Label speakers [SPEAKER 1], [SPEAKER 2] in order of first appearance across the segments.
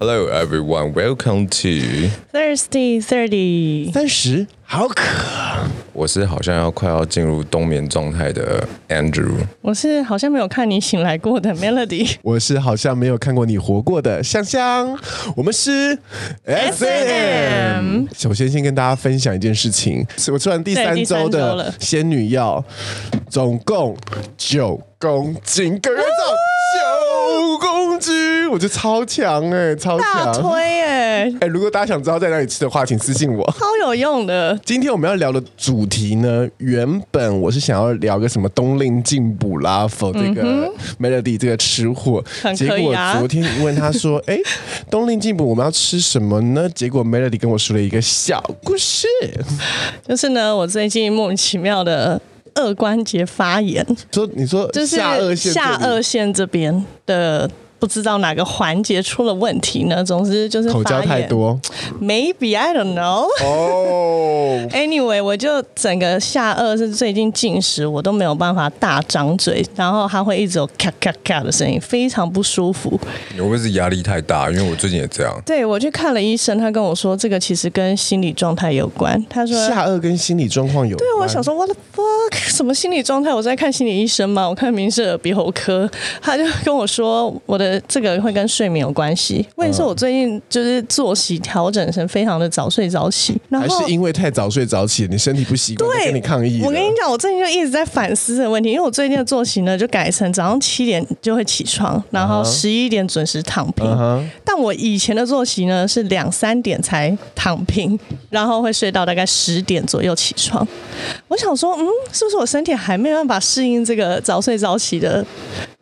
[SPEAKER 1] Hello everyone, welcome to。
[SPEAKER 2] Thirsty Thirty，
[SPEAKER 3] 三十，好渴。
[SPEAKER 1] 我是好像要快要进入冬眠状态的 Andrew。
[SPEAKER 2] 我是好像没有看你醒来过的 Melody。
[SPEAKER 3] 我是好像没有看过你活过的香香，我们是 S
[SPEAKER 2] S&M
[SPEAKER 3] 首先先跟大家分享一件事情，是我吃完第
[SPEAKER 2] 对
[SPEAKER 3] 三
[SPEAKER 2] 第三
[SPEAKER 3] 周
[SPEAKER 2] 周
[SPEAKER 3] 的
[SPEAKER 2] 了
[SPEAKER 3] 仙女药，总共九公斤，各位总九公斤，我觉得超强哎、超
[SPEAKER 2] 大
[SPEAKER 3] 强。
[SPEAKER 2] 推哎、
[SPEAKER 3] 哎、如果大家想知道在哪里吃的话，请私信我。
[SPEAKER 2] 超有用的。
[SPEAKER 3] 今天我们要聊的主题呢，原本我是想要聊个什么冬令进补啦，否这个 Melody 这个吃货，
[SPEAKER 2] 嗯很
[SPEAKER 3] 结
[SPEAKER 2] 可以
[SPEAKER 3] 果
[SPEAKER 2] 啊
[SPEAKER 3] 昨天问他说，哎、冬令进补我们要吃什么呢？结果 Melody 跟我说了一个小故事，
[SPEAKER 2] 就是呢，我最近莫名其妙的颚关节发炎，
[SPEAKER 3] 说你说
[SPEAKER 2] 就是
[SPEAKER 3] 下颚线这
[SPEAKER 2] 下
[SPEAKER 3] 里
[SPEAKER 2] 颚线这边的。不知道哪个环节出了问题呢？总之就是
[SPEAKER 3] 口交
[SPEAKER 2] 发炎
[SPEAKER 3] 太多
[SPEAKER 2] ，maybe I don't know。
[SPEAKER 3] 哦。
[SPEAKER 2] Anyway，我就整个下颚是最近进食，我都没有办法大张嘴，然后它会一直有咔咔咔的声音，非常不舒服。
[SPEAKER 1] 会不会是压力太大？因为我最近也这样。
[SPEAKER 2] 对我去看了医生，他跟我说这个其实跟心理状态有关。他说，
[SPEAKER 3] 下颚跟心理状况有
[SPEAKER 2] 对啊
[SPEAKER 3] 对
[SPEAKER 2] 我想说 what the fuck 什么心理状态？我在看心理医生吗？我看民事耳鼻喉科，他就跟我说我的这个会跟睡眠有关系。问
[SPEAKER 3] 嗯
[SPEAKER 2] 题是我最近就是作息调整成非常的早睡早起，然
[SPEAKER 3] 还
[SPEAKER 2] 后
[SPEAKER 3] 是因为太早睡早起，你身体不习惯，
[SPEAKER 2] 对，
[SPEAKER 3] 在跟你抗议了。
[SPEAKER 2] 我跟你讲，我最近就一直在反思这个问题，因为我最近的作息呢，就改成早上七点就会起床，然
[SPEAKER 3] 啊
[SPEAKER 2] 后十一点准时躺平。但我以前的作息呢是两三点才躺平，然后会睡到大概十点左右起床。我想说，嗯，是不是我身体还没有办法适应这个早睡早起的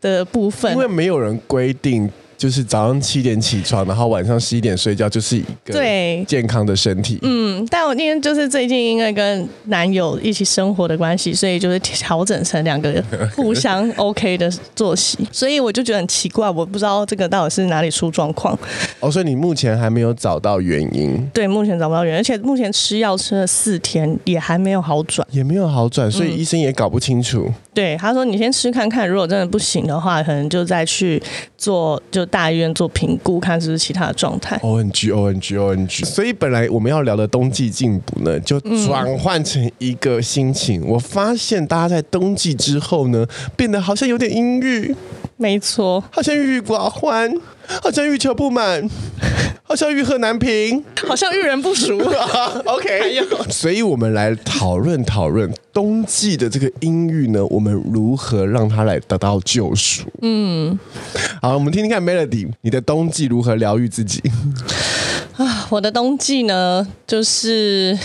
[SPEAKER 2] 的部分？啊
[SPEAKER 3] 因为没有人规定，就是早上七点起床，然后晚上十一点睡觉，就是一个
[SPEAKER 2] 对
[SPEAKER 3] 健康的身体。嗯，
[SPEAKER 2] 但我今天就是最近因为跟男友一起生活的关系，所以就是调整成两个互相 OK 的作息，所以我就觉得很奇怪，我不知道这个到底是哪里出状况。
[SPEAKER 3] 哦，所以你目前还没有找到原因，
[SPEAKER 2] 对，目前找不到原因，而且目前吃药吃了四天也还没有好转。
[SPEAKER 3] 也没有好转，所以医生也搞不清楚。
[SPEAKER 2] 对，他说你先吃看看，如果真的不行的话，可能就再去做就大医院做评估，看是不是其他的状态。
[SPEAKER 3] O N G O N G O N G，所以本来我们要聊的冬季进补呢，就转换成一个心情。我发现大家在冬季之后呢，变得好像有点阴郁，
[SPEAKER 2] 没错，
[SPEAKER 3] 好像郁郁寡欢，好像欲求不满，好像欲壑难平。
[SPEAKER 2] 好像遇人不淑。
[SPEAKER 3] OK，所以我们来讨论讨论冬季的这个阴郁呢，我们如何让它来得到救赎？嗯，好，我们听听看 Melody，你的冬季如何疗愈自己？
[SPEAKER 2] 我的冬季呢，就是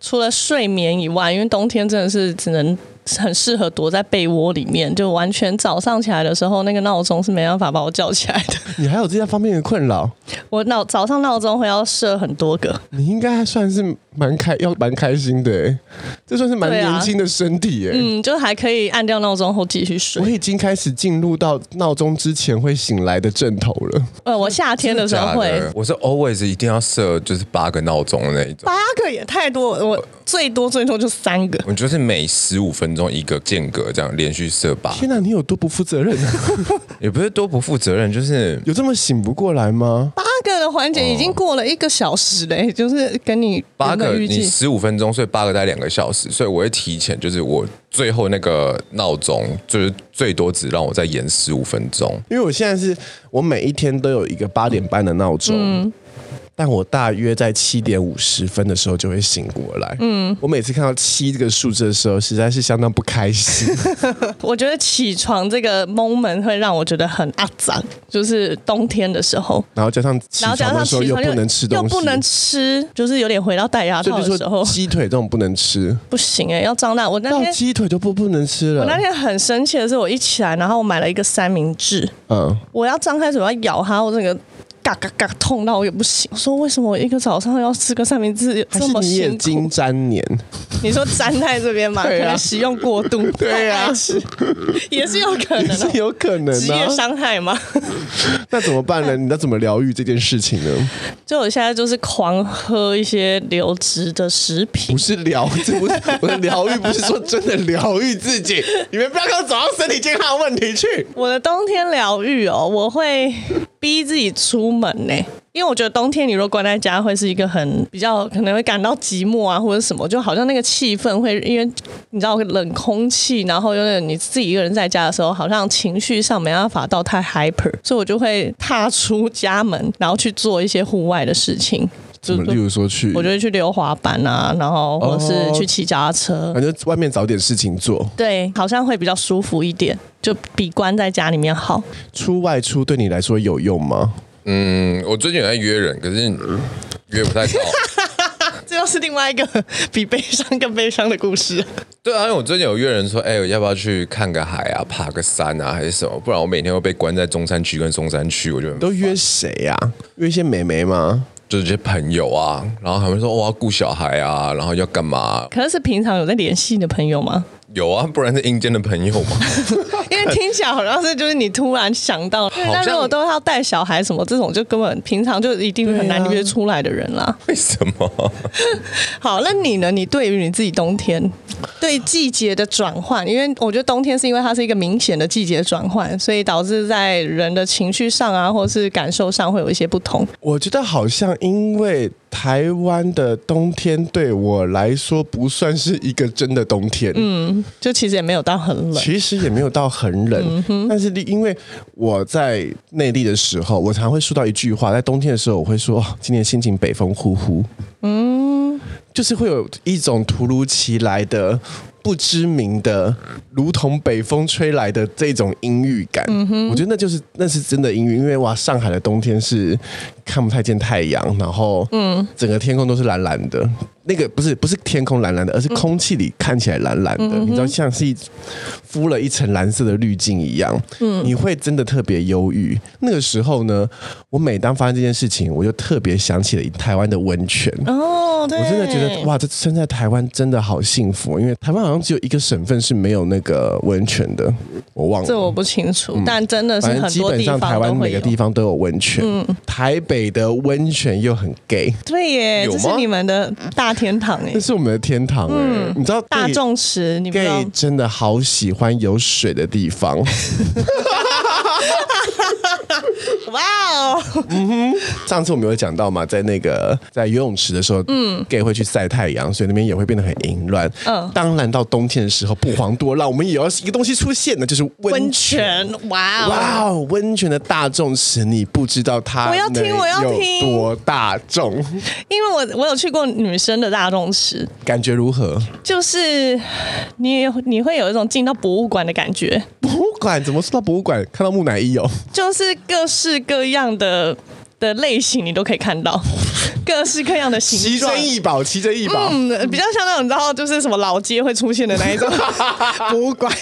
[SPEAKER 2] 除了睡眠以外，因为冬天真的是只能很适合躲在被窝里面，就完全早上起来的时候，那个闹钟是没办法把我叫起来的。
[SPEAKER 3] 你还有这方面的困扰，
[SPEAKER 2] 我闹早上闹钟会要设很多个，
[SPEAKER 3] 你应该还算是蛮开，要蛮开心的欸，这算是蛮
[SPEAKER 2] 对啊
[SPEAKER 3] 年轻的身体哎、
[SPEAKER 2] 嗯，就还可以按掉闹钟后继续
[SPEAKER 3] 我
[SPEAKER 2] 睡。
[SPEAKER 3] 已经开始进入到闹钟之前会醒来的阵头了。
[SPEAKER 2] 呃，我夏天的时候会
[SPEAKER 1] 真的假的我是 always 一定要设就是八个闹钟的那一种。
[SPEAKER 2] 八个也太多，我最多最多就三个。
[SPEAKER 1] 我就是每十五分钟一个间隔，这样连续设八，
[SPEAKER 3] 天哪、你有多不负责任啊？
[SPEAKER 1] 也不是多不负责任，就是
[SPEAKER 3] 有这么醒不过来吗？
[SPEAKER 2] 八个的环节已经过了一个小时嘞、就是跟你
[SPEAKER 1] 哦八
[SPEAKER 2] 原
[SPEAKER 1] 个
[SPEAKER 2] 本预
[SPEAKER 1] 你
[SPEAKER 2] 计
[SPEAKER 1] 十五分钟，所以八个大概两个小时，所以我会提前，就是我最后那个闹钟就是最多只让我再延十五分钟。
[SPEAKER 3] 因为我现在是我每一天都有一个八点半的闹钟。
[SPEAKER 2] 嗯
[SPEAKER 3] 但我大约在七点五十分的时候就会醒过来。嗯，我每次看到七这个数字的时候，实在是相当不开心。
[SPEAKER 2] 我觉得起床这个 moment 会让我觉得很阿脏，就是冬天的时候，
[SPEAKER 3] 然后加上起
[SPEAKER 2] 然后加
[SPEAKER 3] 床
[SPEAKER 2] 上
[SPEAKER 3] 的时候
[SPEAKER 2] 起
[SPEAKER 3] 又
[SPEAKER 2] 床
[SPEAKER 3] 不能吃东西，
[SPEAKER 2] 又不能吃，就是有点回到戴牙
[SPEAKER 3] 所
[SPEAKER 2] 套
[SPEAKER 3] 以
[SPEAKER 2] 的
[SPEAKER 3] 就
[SPEAKER 2] 时候
[SPEAKER 3] 说，鸡腿这种不能吃，
[SPEAKER 2] 不行哎、要张大。我那
[SPEAKER 3] 到呃
[SPEAKER 2] 天
[SPEAKER 3] 鸡腿就不不能吃
[SPEAKER 2] 我那
[SPEAKER 3] 了。
[SPEAKER 2] 天很生气的是，我一起来，然后我买了一个三明治，
[SPEAKER 3] 嗯，
[SPEAKER 2] 我要张开嘴巴咬它，我整个。嘎嘎嘎，痛到我也不行。我说为什么我一个早上要吃个三明治
[SPEAKER 3] 还
[SPEAKER 2] 这
[SPEAKER 3] 是
[SPEAKER 2] 么
[SPEAKER 3] 你
[SPEAKER 2] 辛
[SPEAKER 3] 眼
[SPEAKER 2] 苦？
[SPEAKER 3] 睛 粘黏？
[SPEAKER 2] 你说粘在这 边嘛，
[SPEAKER 3] 对啊
[SPEAKER 2] 可能使用过度，
[SPEAKER 3] 对啊
[SPEAKER 2] 太爱吃也是有可
[SPEAKER 3] 也
[SPEAKER 2] 能
[SPEAKER 3] 是
[SPEAKER 2] 的、
[SPEAKER 3] 有可能
[SPEAKER 2] 职业
[SPEAKER 3] 啊。
[SPEAKER 2] 伤害嘛。
[SPEAKER 3] 那怎么办呢？你要怎么疗愈这件事情呢？
[SPEAKER 2] 就我现在就是狂喝一些流质的食品
[SPEAKER 3] 不，是疗，这不是我的疗愈，不是说真的疗愈自 己。你们不要跟我走到身体健康的问题去。
[SPEAKER 2] 我的冬天疗愈哦，我会逼自己出门呢、因为我觉得冬天你如果关在家，会是一个很比较可能会感到寂寞啊，或者什么，就好像那个气氛会，因为你知道冷空气，然后有点你自己一个人在家的时候，好像情绪上没办法到太 hyper，所以我就会踏出家门，然后去做一些户外的事情，就
[SPEAKER 3] 我们例如说去，
[SPEAKER 2] 我就会去溜滑板啊，然后或者是去骑脚踏车。
[SPEAKER 3] 反正外面找点事情做，
[SPEAKER 2] 对，好像会比较舒服一点，就比关在家里面好。
[SPEAKER 3] 出外出对你来说有用吗？
[SPEAKER 1] 嗯，我最近有在约人，可是约不太到。
[SPEAKER 2] 这又是另外一个比悲伤更悲伤的故事。
[SPEAKER 1] 对啊，因为我最近有约人说，哎、要不要去看个海啊，爬个山啊，还是什么？不然我每天会被关在中山区跟松山区，我就很
[SPEAKER 3] 都约谁呀、约一些美眉吗？
[SPEAKER 1] 就是这些朋友啊，然后他们说我要顾小孩啊，然后要干嘛、
[SPEAKER 2] 可是是平常有在联系的朋友吗？
[SPEAKER 1] 有啊，不然是阴间的朋友嘛。
[SPEAKER 2] 因为听起来好像是就是你突然想到，对但
[SPEAKER 1] 像
[SPEAKER 2] 如果都要带小孩什么这种，就根本平常就一定很难约出来的人啦。
[SPEAKER 1] 为什么？
[SPEAKER 2] 好，那你呢？你对于你自己冬天对季节的转换，因为我觉得冬天是因为它是一个明显的季节转换，所以导致在人的情绪上啊，或是感受上会有一些不同。
[SPEAKER 3] 我觉得好像因为台湾的冬天对我来说不算是一个真的冬天，嗯，
[SPEAKER 2] 就其实也没有到很冷，嗯
[SPEAKER 3] 其实也没有到很冷，但是因为我在内地的时候，我常会说到一句话，在冬天的时候我会说，哦今年心情北风呼呼，嗯，就是会有一种突如其来的。不知名的，如同北风吹来的这种阴郁感，我觉得那就是那是真的阴郁，因为哇，上海的冬天是看不太见太阳，然后嗯，整个天空都是蓝蓝的，那个不是不是天空蓝蓝的，而是空气里看起来蓝蓝的，你知道像是一敷了一层蓝色的滤镜一样，嗯，你会真的特别忧郁。那个时候呢，我每当发生这件事情，我就特别想起了台湾的温泉。
[SPEAKER 2] 哦，对，
[SPEAKER 3] 我真的觉得哇，这身在台湾真的好幸福，因为台湾好像只有一个省份是没有那个温泉的，我忘
[SPEAKER 2] 这
[SPEAKER 3] 了。
[SPEAKER 2] 我不清楚，但真的是
[SPEAKER 3] 嗯反正
[SPEAKER 2] 很
[SPEAKER 3] 基
[SPEAKER 2] 多
[SPEAKER 3] 本
[SPEAKER 2] 地
[SPEAKER 3] 上
[SPEAKER 2] 方
[SPEAKER 3] 台
[SPEAKER 2] 都
[SPEAKER 3] 湾
[SPEAKER 2] 会
[SPEAKER 3] 每个
[SPEAKER 2] 有。嗯
[SPEAKER 3] 地方都有温泉，台北的温泉又很 gay，
[SPEAKER 2] 对耶，
[SPEAKER 1] 有
[SPEAKER 2] 这
[SPEAKER 1] 吗
[SPEAKER 2] 是你们的大天堂哎
[SPEAKER 3] 这，是我们的天堂哎、你知道
[SPEAKER 2] 嗯大
[SPEAKER 3] 对
[SPEAKER 2] 众池，你不知道
[SPEAKER 3] gay 真的好喜欢有水的 地方。
[SPEAKER 2] 哇哦，
[SPEAKER 3] 上次我们有讲到嘛，在那个在游泳池的时候，嗯，gay 会去晒太阳，所以那边也会变得很淫乱。嗯，当然到冬天的时候不遑多让，我们也要一个东西出现的，就是温
[SPEAKER 2] 温
[SPEAKER 3] 泉。
[SPEAKER 2] 泉，哇哦，
[SPEAKER 3] 哇哦，温泉的大众池，你不知道它
[SPEAKER 2] 我要听
[SPEAKER 3] 能
[SPEAKER 2] 我要听
[SPEAKER 3] 有多大众，
[SPEAKER 2] 因为我我有去过女生的大众池，
[SPEAKER 3] 感觉如何？
[SPEAKER 2] 就是你你会有一种进到博物馆的感觉，
[SPEAKER 3] 博物馆怎么说到博物馆？看到木乃伊哦，
[SPEAKER 2] 就是各式各样的的类型你都可以看到， 各式各样的
[SPEAKER 3] 奇
[SPEAKER 2] 形状。
[SPEAKER 3] 珍异宝，奇珍异宝，
[SPEAKER 2] 嗯，比较像那种你知道，就是什么老街会出现的那一种博物 馆，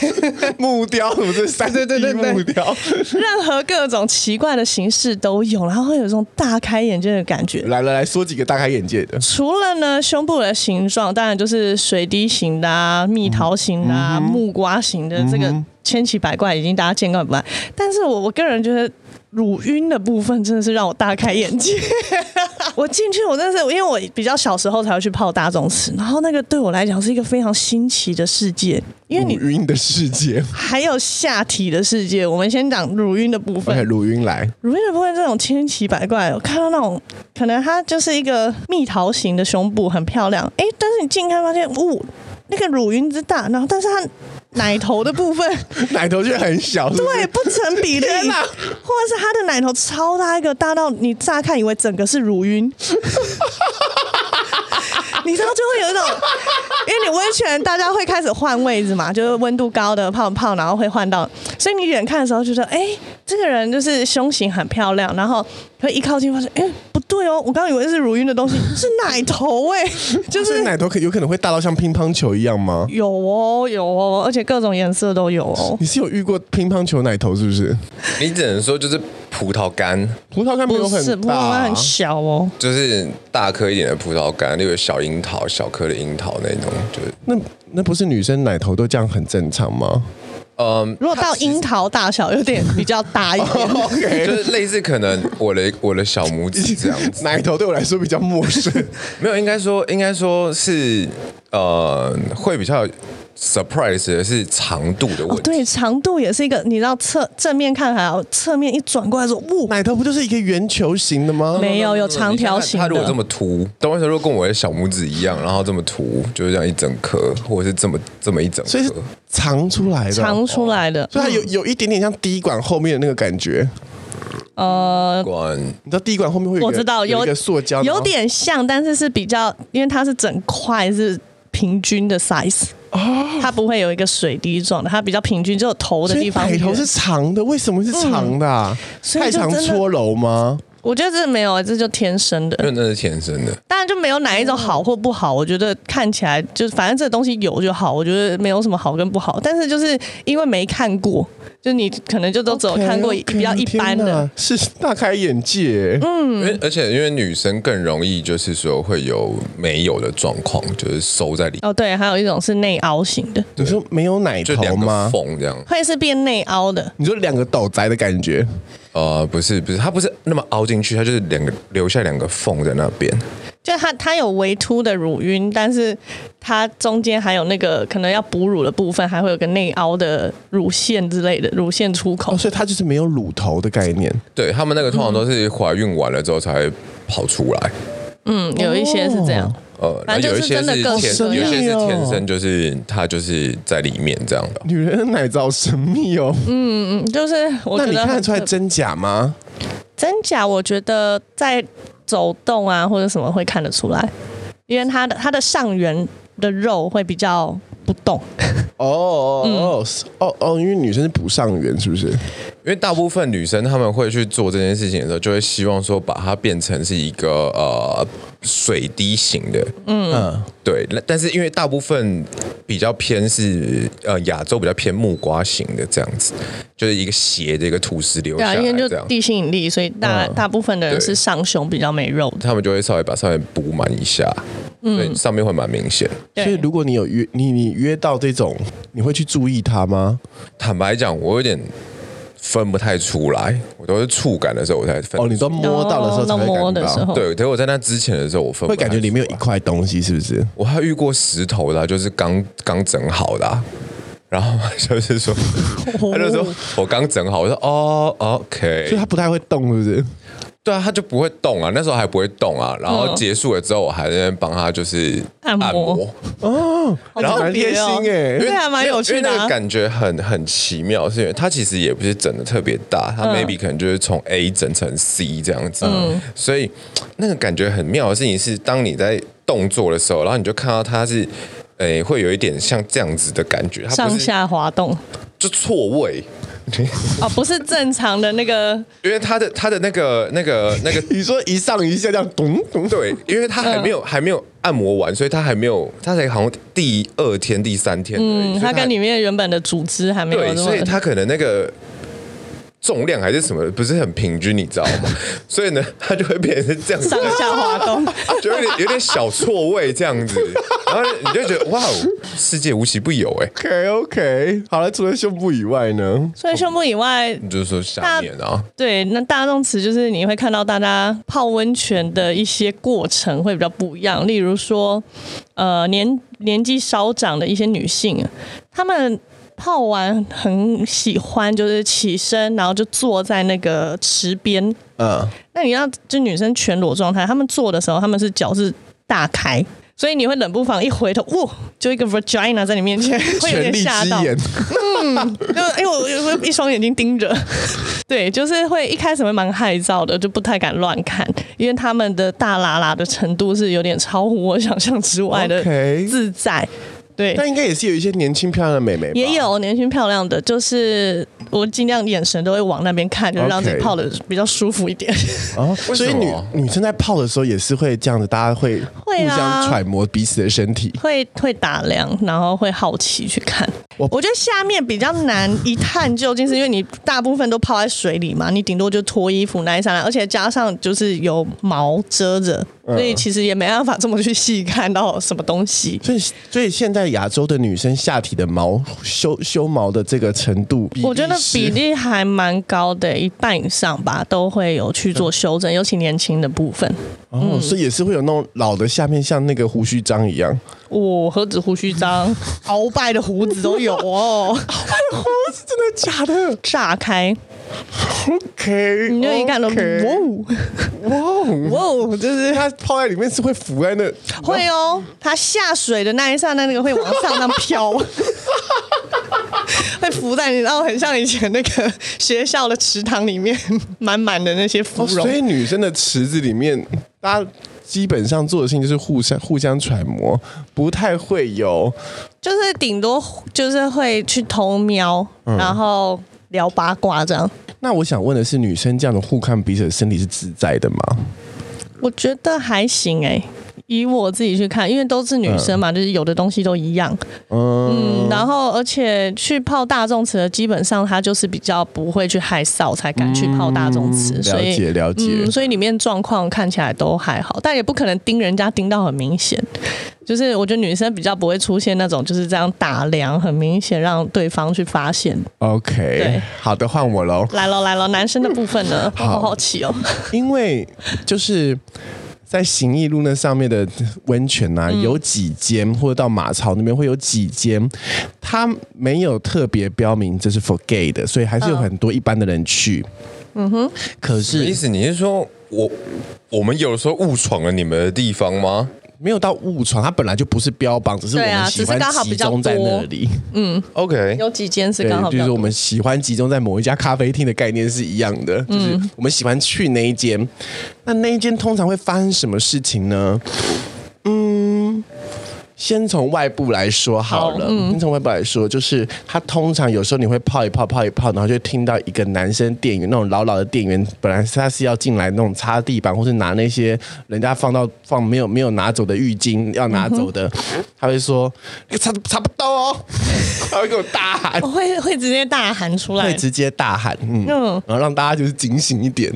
[SPEAKER 3] 木雕什么这三 D
[SPEAKER 2] 对对对
[SPEAKER 3] 木雕。
[SPEAKER 2] 任何各种奇怪的形式都有，然后会有一种大开眼界的感觉。
[SPEAKER 3] 来来来说几个大开眼界的，
[SPEAKER 2] 除了呢胸部的形状，当然就是水滴型的啊、蜜桃型的啊、木瓜型的，这个千奇百怪，已经大家见怪不怪。但是我我个人觉得。乳晕的部分真的是让我大开眼界。我进去，我真的是因为我比较小时候才会去泡大众池，然后那个对我来讲是一个非常新奇的世界，因为
[SPEAKER 3] 乳
[SPEAKER 2] 你
[SPEAKER 3] 晕的世界。
[SPEAKER 2] 还有下体的世界。我们先讲乳晕的部分
[SPEAKER 3] OK，。乳晕来，
[SPEAKER 2] 乳晕的部分这种千奇百怪，我看到那种可能它就是一个蜜桃型的胸部，很漂亮。哎，但是你近看发现，呜、那个乳晕之大，然后但是它奶头的部分
[SPEAKER 3] 奶头却很小，是不是
[SPEAKER 2] 对不成比例，或者
[SPEAKER 3] 天哪
[SPEAKER 2] 是它的奶头超大一个，大到你乍看以为整个是乳晕。 你知道就会有一种，因为你温泉大家会开始换位置嘛，就是温度高的泡泡，然后会换到，所以你远看的时候觉得，哎、这个人就是胸型很漂亮，然后可一靠近发现，哎、不对哦，我刚刚以为是乳晕的东西，是奶头哎、就
[SPEAKER 3] 所以
[SPEAKER 2] 是
[SPEAKER 3] 奶头可有可能会大到像乒乓球一样吗？
[SPEAKER 2] 有哦有哦，而且各种颜色都有哦。
[SPEAKER 3] 你是有遇过乒乓球奶头是不是？
[SPEAKER 1] 你只能说就是葡萄干，
[SPEAKER 3] 葡萄干没有
[SPEAKER 2] 不是，
[SPEAKER 3] 很
[SPEAKER 2] 不
[SPEAKER 3] 大、
[SPEAKER 2] 过它
[SPEAKER 3] 啊
[SPEAKER 2] 很，小哦。
[SPEAKER 1] 就是大颗一点的葡萄干，例如小樱桃、小颗的樱桃那种，就是
[SPEAKER 3] 那那不是女生奶头都这样很正常吗？
[SPEAKER 1] 嗯。
[SPEAKER 2] 如果到樱桃大小，有点比较大一
[SPEAKER 3] 哦
[SPEAKER 2] 点。
[SPEAKER 1] 就是类似可能我的我的小拇指这样子，
[SPEAKER 3] 奶头对我来说比较陌生，
[SPEAKER 1] 没有，应该说应该说是呃，会比较 surprise 的是长度的问
[SPEAKER 2] 哦，
[SPEAKER 1] 题。
[SPEAKER 2] 对，长度也是一个，你知道侧正面看还好，侧面一转过来说，呜，
[SPEAKER 3] 奶头不就是一个圆球形的吗？
[SPEAKER 2] 没有有长条形
[SPEAKER 1] 它如果这
[SPEAKER 2] 的。
[SPEAKER 1] 么凸，东方神如果跟我的小拇指一样，然后这么凸，就是这样一整颗，或者是这么这么一整
[SPEAKER 3] 所以是
[SPEAKER 1] 颗。
[SPEAKER 3] 藏出来的，
[SPEAKER 2] 长出来的，
[SPEAKER 3] 哦所以它有有一点点像滴管后面的那个感觉。
[SPEAKER 2] 呃，
[SPEAKER 1] 管
[SPEAKER 3] 你知道滴管后面会有一个
[SPEAKER 2] 我知道
[SPEAKER 3] 有
[SPEAKER 2] 有
[SPEAKER 3] 一个塑胶，然
[SPEAKER 2] 有
[SPEAKER 3] 后
[SPEAKER 2] 点像，但是是比较，因为它是整块是平均的 size，它
[SPEAKER 3] 哦
[SPEAKER 2] 不会有一个水滴状的，它比较平均，只有头的
[SPEAKER 3] 所
[SPEAKER 2] 地
[SPEAKER 3] 以
[SPEAKER 2] 方
[SPEAKER 3] 奶
[SPEAKER 2] 圆。
[SPEAKER 3] 头是长的，为什么是长的、啊
[SPEAKER 2] 所以
[SPEAKER 3] 太
[SPEAKER 2] 就
[SPEAKER 3] 长
[SPEAKER 2] 真的
[SPEAKER 3] 搓揉吗？
[SPEAKER 2] 我觉得这没有，这就天生的
[SPEAKER 1] 因。为那是天生的，
[SPEAKER 2] 当然就没有哪一种
[SPEAKER 3] 嗯
[SPEAKER 2] 好或不好，我觉得看起来就是反正这东西有就好，我觉得没有什么好跟不好。但是就是因为没看过，就你可能就都只有看过
[SPEAKER 3] OK，OK，
[SPEAKER 2] 比较一般的
[SPEAKER 3] 天哪，是大开眼界。嗯，
[SPEAKER 1] 因为而且因为女生更容易就是说会有没有的状况，就是收在里，
[SPEAKER 2] 哦对，还有一种是内凹型的，
[SPEAKER 3] 你说没有奶
[SPEAKER 1] 就
[SPEAKER 3] 头
[SPEAKER 1] 两个
[SPEAKER 3] 吗？
[SPEAKER 1] 缝这样。
[SPEAKER 2] 会是变内凹的，
[SPEAKER 3] 你说两个斗宅的感觉，
[SPEAKER 1] 呃，不是不是，它不是那么凹进去，它就是两个留下两个缝在那边。
[SPEAKER 2] 就它它有微凸的乳晕，但是它中间还有那个可能要哺乳的部分，还会有个内凹的乳腺之类的乳腺出口
[SPEAKER 3] 哦，。所以它就是没有乳头的概念。
[SPEAKER 1] 对他们那个通常都是怀孕完了之后才会跑出来。
[SPEAKER 2] 嗯，有一些是这
[SPEAKER 3] 哦
[SPEAKER 2] 样。
[SPEAKER 1] 呃，然
[SPEAKER 2] 反
[SPEAKER 1] 后
[SPEAKER 2] 正
[SPEAKER 1] 有一
[SPEAKER 2] 就是
[SPEAKER 1] 些
[SPEAKER 2] 真的
[SPEAKER 1] 是
[SPEAKER 2] 各
[SPEAKER 1] 天，
[SPEAKER 2] 式各
[SPEAKER 1] 有一些是
[SPEAKER 3] 样
[SPEAKER 2] 哦
[SPEAKER 1] 天生，就是它就是在里面这样的。
[SPEAKER 3] 女人的奶子好神秘哦，
[SPEAKER 2] 嗯，就是我
[SPEAKER 3] 那
[SPEAKER 2] 觉
[SPEAKER 3] 你
[SPEAKER 2] 得
[SPEAKER 3] 看得
[SPEAKER 2] 很
[SPEAKER 3] 出来
[SPEAKER 2] 特
[SPEAKER 3] 真假吗？
[SPEAKER 2] 真假，我觉得在走动啊或者什么会看得出来，因为它的它的上缘的肉会比较不动，
[SPEAKER 3] 哦
[SPEAKER 2] 嗯
[SPEAKER 3] 哦哦哦哦，因为女生是不上缘，是不是？
[SPEAKER 1] 因为大部分女生她们会去做这件事情的时候，就会希望说把它变成是一个呃水滴型的，
[SPEAKER 3] 嗯，
[SPEAKER 1] 对。那但是因为大部分比较偏是呃亚洲比较偏木瓜型的这样子，就是一个斜的一个土石流
[SPEAKER 2] 对
[SPEAKER 1] 下
[SPEAKER 2] 啊，
[SPEAKER 1] 来
[SPEAKER 2] 因为就
[SPEAKER 1] 这样。嗯
[SPEAKER 2] 地心引力，所以大、大部分的人
[SPEAKER 1] 对
[SPEAKER 2] 是上胸比较没肉的。
[SPEAKER 1] 他们就会稍微把上面补满一下，所
[SPEAKER 2] 嗯
[SPEAKER 1] 以上面会蛮明显。
[SPEAKER 2] 对
[SPEAKER 3] 所以如果你有约你你约到这种，你会去注意它吗？
[SPEAKER 1] 坦白讲，我有点分不太出来，我都是触感的时候我才分。
[SPEAKER 3] 哦，你说摸到的时候才
[SPEAKER 2] 哦
[SPEAKER 3] 会
[SPEAKER 2] 摸
[SPEAKER 3] 感
[SPEAKER 2] 的时
[SPEAKER 3] 觉到，
[SPEAKER 2] 候，
[SPEAKER 1] 对，可是我在那之前的时候，我分
[SPEAKER 3] 会
[SPEAKER 1] 不太
[SPEAKER 3] 感觉里面有一块东西，是不是？
[SPEAKER 1] 我还有遇过石头的啊、就是刚刚整好的啊、然后就是 说，他就说我刚整好，我说哦
[SPEAKER 3] 哦所以
[SPEAKER 1] ，OK，
[SPEAKER 3] 它不太会动，是不是？
[SPEAKER 1] 对啊，他就不会动啊，那时候还不会动啊，然后
[SPEAKER 2] 嗯
[SPEAKER 1] 结束了之后，我还在那边帮他就是
[SPEAKER 2] 按摩好
[SPEAKER 3] 然后
[SPEAKER 2] 特
[SPEAKER 3] 蛮
[SPEAKER 2] 别
[SPEAKER 3] 贴心
[SPEAKER 2] 哦
[SPEAKER 3] 哎
[SPEAKER 2] 对啊，蛮有趣的
[SPEAKER 1] 因为那
[SPEAKER 2] 啊、
[SPEAKER 1] 个感觉很很奇妙，是因为它其实也不是整的特别大，它
[SPEAKER 2] 嗯
[SPEAKER 1] maybe 可能就是从 A 整成 C 这样子，啊所以那个感觉很妙的事情是，当你在动作的时候，然后你就看到它是。诶、会有一点像这样子的感觉，它不
[SPEAKER 2] 上
[SPEAKER 1] 是
[SPEAKER 2] 下滑动
[SPEAKER 1] 就错位，
[SPEAKER 2] 哦，不是正常的那个，嗯
[SPEAKER 1] 因为它的它的那个那个那个
[SPEAKER 3] 你说一上一下这样咚咚咚，
[SPEAKER 1] 对，因为它还没有、还没有按摩完，所以它还没有，它才好像第二天第三天而已，
[SPEAKER 2] 嗯，
[SPEAKER 1] 所以
[SPEAKER 2] 它跟里面原本的组织还没有
[SPEAKER 1] 对，
[SPEAKER 2] 那
[SPEAKER 1] 所以
[SPEAKER 2] 么。
[SPEAKER 1] 他可能那个重量还是什么不是很平均，你知道 吗？所以呢，他就会变成是这样子
[SPEAKER 2] 上，下滑动，
[SPEAKER 1] 就有点有点小错位这样子，然后你就觉得哇，哦，世界无奇不有哎、
[SPEAKER 3] OK OK，好了，除了胸部以外呢？
[SPEAKER 2] 所以胸部以外，
[SPEAKER 1] 你就是说下面啊，
[SPEAKER 2] 对，那大众词就是你会看到大家泡温泉的一些过程会比较不一样，例如说，呃，年年纪稍长的一些女性，她们泡完很喜欢，就是起身，然后就坐在那个池边。
[SPEAKER 3] 嗯，
[SPEAKER 2] 那你要就女生全裸状态，她们坐的时候，她们是脚是大开。所以你会冷不防一回头，哇，就一个 vagina 在你面前，会有
[SPEAKER 3] 权
[SPEAKER 2] 点
[SPEAKER 3] 力
[SPEAKER 2] 吓
[SPEAKER 3] 之
[SPEAKER 2] 到。
[SPEAKER 3] 眼，
[SPEAKER 2] 就哎呦，我我一双眼睛盯着， 对，就是会一开始会蛮害臊的，就不太敢乱看，因为他们的大喇喇的程度是有点超乎我想象之外的
[SPEAKER 3] OK
[SPEAKER 2] 自在，对。
[SPEAKER 3] 但应该也是有一些年轻漂亮的美眉，
[SPEAKER 2] 也。有年轻漂亮的，就是我尽量眼神都会往那边看，就是让自己
[SPEAKER 3] OK
[SPEAKER 2] 泡的比较舒服一点。
[SPEAKER 3] 哦，
[SPEAKER 1] 为
[SPEAKER 3] 所以
[SPEAKER 1] 什
[SPEAKER 3] 女
[SPEAKER 1] 么
[SPEAKER 3] 女生在泡的时候也是会这样子，大家会
[SPEAKER 2] 会
[SPEAKER 3] 互
[SPEAKER 2] 啊
[SPEAKER 3] 相揣摩彼此的身体。
[SPEAKER 2] 会会打量，然后会好奇去看。我我觉得下面比较难一探究竟，是因为你大部分都泡在水里嘛，你顶多就脱衣服那一上来，而且加上就是有毛遮着，所以其实也没办法这么去细看到什么东西。
[SPEAKER 3] 所以，所以现在亚洲的女生下体的毛修修毛的这个程度，
[SPEAKER 2] 我觉得
[SPEAKER 3] 是
[SPEAKER 2] 比例还蛮高的，一半以上吧，都会有去做修正，尤其年轻的部分。嗯
[SPEAKER 3] 哦，所以也是会有那种老的下面像那个胡须章一 样，
[SPEAKER 2] 我、何止胡须章， 鳌拜的胡子都有哦，
[SPEAKER 3] 是真的假的
[SPEAKER 2] 炸开，
[SPEAKER 3] ？OK，
[SPEAKER 2] 你就一看都哇
[SPEAKER 3] OK
[SPEAKER 2] 哦
[SPEAKER 3] 哇哦，
[SPEAKER 2] 哇哦，就是
[SPEAKER 3] 它泡在里面是会浮在那，
[SPEAKER 2] 会哦，它下水的那一刹那，那个会往上那样飘， 会浮在你，然后很像以前那个学校的池塘里面 满满的那些
[SPEAKER 3] 哦
[SPEAKER 2] 芙蓉
[SPEAKER 3] 所。以女生的池子里面，大家基本上做的事情就是互相互相揣摩，不太会有
[SPEAKER 2] 就是顶多就是会去偷瞄，
[SPEAKER 3] 嗯
[SPEAKER 2] 然后聊八卦这样。
[SPEAKER 3] 那我想问的是，女生这样的互看彼此的身体是自在的吗？
[SPEAKER 2] 我觉得还行哎、以我自己去看，因为都是女生嘛，
[SPEAKER 3] 嗯
[SPEAKER 2] 就是有的东西都一样。嗯，然后而且去泡大众池的，基本上他就是比较不会去害臊才敢去泡大众池，所以
[SPEAKER 3] 嗯了解了解
[SPEAKER 2] 嗯，所以里面状况看起来都还好，但也不可能盯人家盯到很明显。就是我觉得女生比较不会出现那种就是这样打量，很明显让对方去发现
[SPEAKER 3] OK，
[SPEAKER 2] 对
[SPEAKER 3] 好的，换我喽。
[SPEAKER 2] 来了来了，男生的部分 呢？好好好奇哦。
[SPEAKER 3] 因为就是在行义路那上面的温泉呐、
[SPEAKER 2] 嗯
[SPEAKER 3] 有几间或者到马槽那边会有几间，它没有特别标明这是 for gay 的，所以还是有很多一般的人去。嗯哼，可
[SPEAKER 1] 什么意
[SPEAKER 3] 是
[SPEAKER 1] 思？你是说我我们有的时候误闯了你们的地方吗？
[SPEAKER 3] 没有到误闯，它本来就不是标榜，只是我
[SPEAKER 2] 对啊
[SPEAKER 3] 们喜
[SPEAKER 2] 只是
[SPEAKER 3] 欢
[SPEAKER 2] 刚好
[SPEAKER 3] 集
[SPEAKER 2] 比较
[SPEAKER 3] 中在
[SPEAKER 2] 多
[SPEAKER 3] 那里。
[SPEAKER 1] OK，
[SPEAKER 2] 有几间是
[SPEAKER 3] 对
[SPEAKER 2] 刚，好
[SPEAKER 3] 就
[SPEAKER 2] 比较
[SPEAKER 3] 是我
[SPEAKER 2] 多，
[SPEAKER 3] 们喜欢集中在某一家咖啡厅的概念是一样的，
[SPEAKER 2] 嗯
[SPEAKER 3] 就是我们喜欢去那一间。那那一间通常会发生什么事情呢？嗯，先从外部来说好了，
[SPEAKER 2] 嗯
[SPEAKER 3] 先从外部来说，就是它通常有时候你会泡一泡泡一泡，然后就听到一个男生店员那种老老的店员，本来他是要进来那种擦地板或是拿那些人家放到放没有没有拿走的浴巾要拿走的，他会说那个擦擦不到哦，他会给我大喊。
[SPEAKER 2] 我会会直接大喊出
[SPEAKER 3] 会
[SPEAKER 2] 来。
[SPEAKER 3] 直接大喊，嗯，
[SPEAKER 2] 嗯
[SPEAKER 3] 然后让大家就是警醒一点。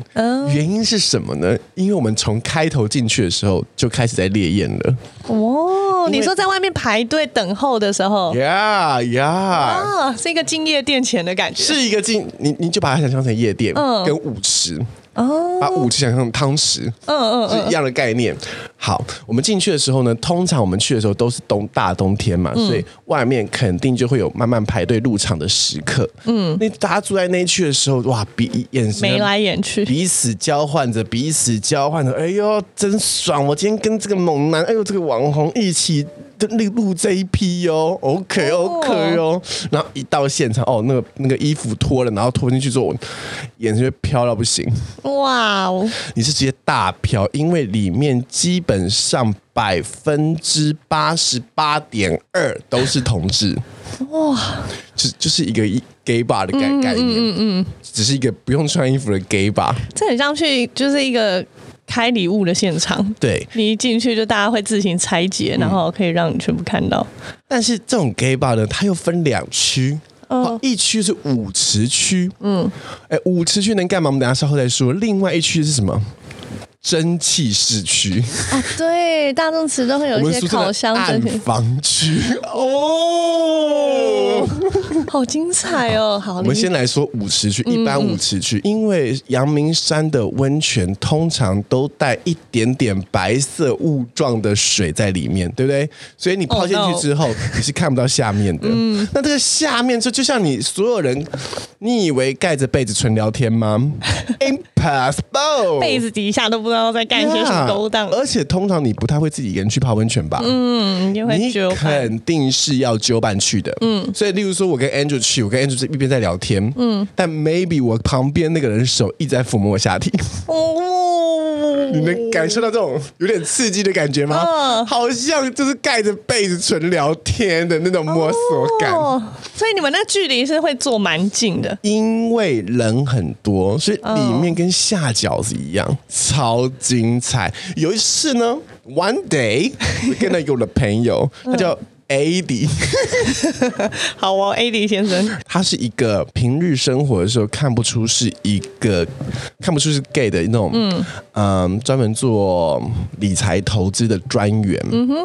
[SPEAKER 3] 原因是什么呢？因为我们从开头进去的时候就开始在烈焰了，
[SPEAKER 2] 哦，
[SPEAKER 3] 因为
[SPEAKER 2] 你说在外面排队等候的时候，
[SPEAKER 3] 呀呀，
[SPEAKER 2] 啊，是一个进夜店前的感觉。
[SPEAKER 3] 是一个进你你就把它想象成夜店，
[SPEAKER 2] 嗯
[SPEAKER 3] 跟舞池，
[SPEAKER 2] 哦，
[SPEAKER 3] 把舞池想象成汤匙，
[SPEAKER 2] 嗯嗯
[SPEAKER 3] 是一样的概念。好，我们进去的时候呢，通常我们去的时候都是冬大冬天嘛，
[SPEAKER 2] 嗯
[SPEAKER 3] 所以外面肯定就会有慢慢排队入场的时刻。嗯，那大家住在那一区的时候，哇，比眼神
[SPEAKER 2] 眉来眼去。
[SPEAKER 3] 彼此交换着，彼此交换着，哎呦，真爽！我今天跟这个猛男，哎呦，这个网红一起录录这一批哟、哦、，OK
[SPEAKER 2] 哦
[SPEAKER 3] OK 哦。然后一到现场，哦，那个那个衣服脱了，然后脱进去之后，我眼神就飘到不行，
[SPEAKER 2] 哇哦，
[SPEAKER 3] 你是直接大飘，因为里面基本上百分之八十八点二都是同志，
[SPEAKER 2] 哇，
[SPEAKER 3] 就就是一个 gay bar 的概概念，嗯嗯只是一个不用穿衣服的 gay bar。
[SPEAKER 2] 这很像去就是一个开礼物的现场。
[SPEAKER 3] 对，
[SPEAKER 2] 你一进去就大家会自行拆解，然后可以让你全部看到。
[SPEAKER 3] 但是这种 gay bar 呢，它又分两区。哦，一区是舞池区，嗯，哎，舞池区能干嘛？我们等一下稍后再说。另外一区是什么？蒸汽市区，
[SPEAKER 2] 啊，对，大众池都会有
[SPEAKER 3] 嗯我们俗称的暗房区。哦，
[SPEAKER 2] 好精彩哦！好，
[SPEAKER 3] 我们先来说舞池
[SPEAKER 2] 嗯
[SPEAKER 3] 区，一般舞池区，因为阳明山的温泉通常都带一点点白色雾状的水在里面，对不对？所以你泡进
[SPEAKER 2] Oh,
[SPEAKER 3] 去
[SPEAKER 2] no. 嗯
[SPEAKER 3] 之后，你是看不到下面的。那这个下面就就像你所有人，你以为盖着被子纯聊 天吗？Impossible，
[SPEAKER 2] 被子底下都不知道在干些什么勾当
[SPEAKER 3] Yeah，而且通常你不太会自己一个人去泡温泉吧？
[SPEAKER 2] 嗯，你会
[SPEAKER 3] 你
[SPEAKER 2] 觉得
[SPEAKER 3] 肯定是要揪伴去的，嗯，所以例如说，我跟 Andrew 去，我跟 Andrew 是一边在聊天，嗯，但 maybe 我旁边那个人手一直在抚摸我下体，
[SPEAKER 2] 哦，
[SPEAKER 3] 你能感受到这种有点刺激的感觉吗？
[SPEAKER 2] 嗯
[SPEAKER 3] 好像就是盖着被子纯聊天的那种摸索感。
[SPEAKER 2] 哦，所以你们那距离是会坐蛮近的，
[SPEAKER 3] 因为人很多，所以里面跟下饺子一样
[SPEAKER 2] 嗯
[SPEAKER 3] 超精彩。有一次呢，one
[SPEAKER 2] 嗯
[SPEAKER 3] day 我跟了一个我的朋友，他叫 AD，
[SPEAKER 2] 好哦，AD 先生，
[SPEAKER 3] 他是一个平日生活的时候看不出是一个看不出是 gay 的那种，嗯专门做理财投资的专员。嗯哼。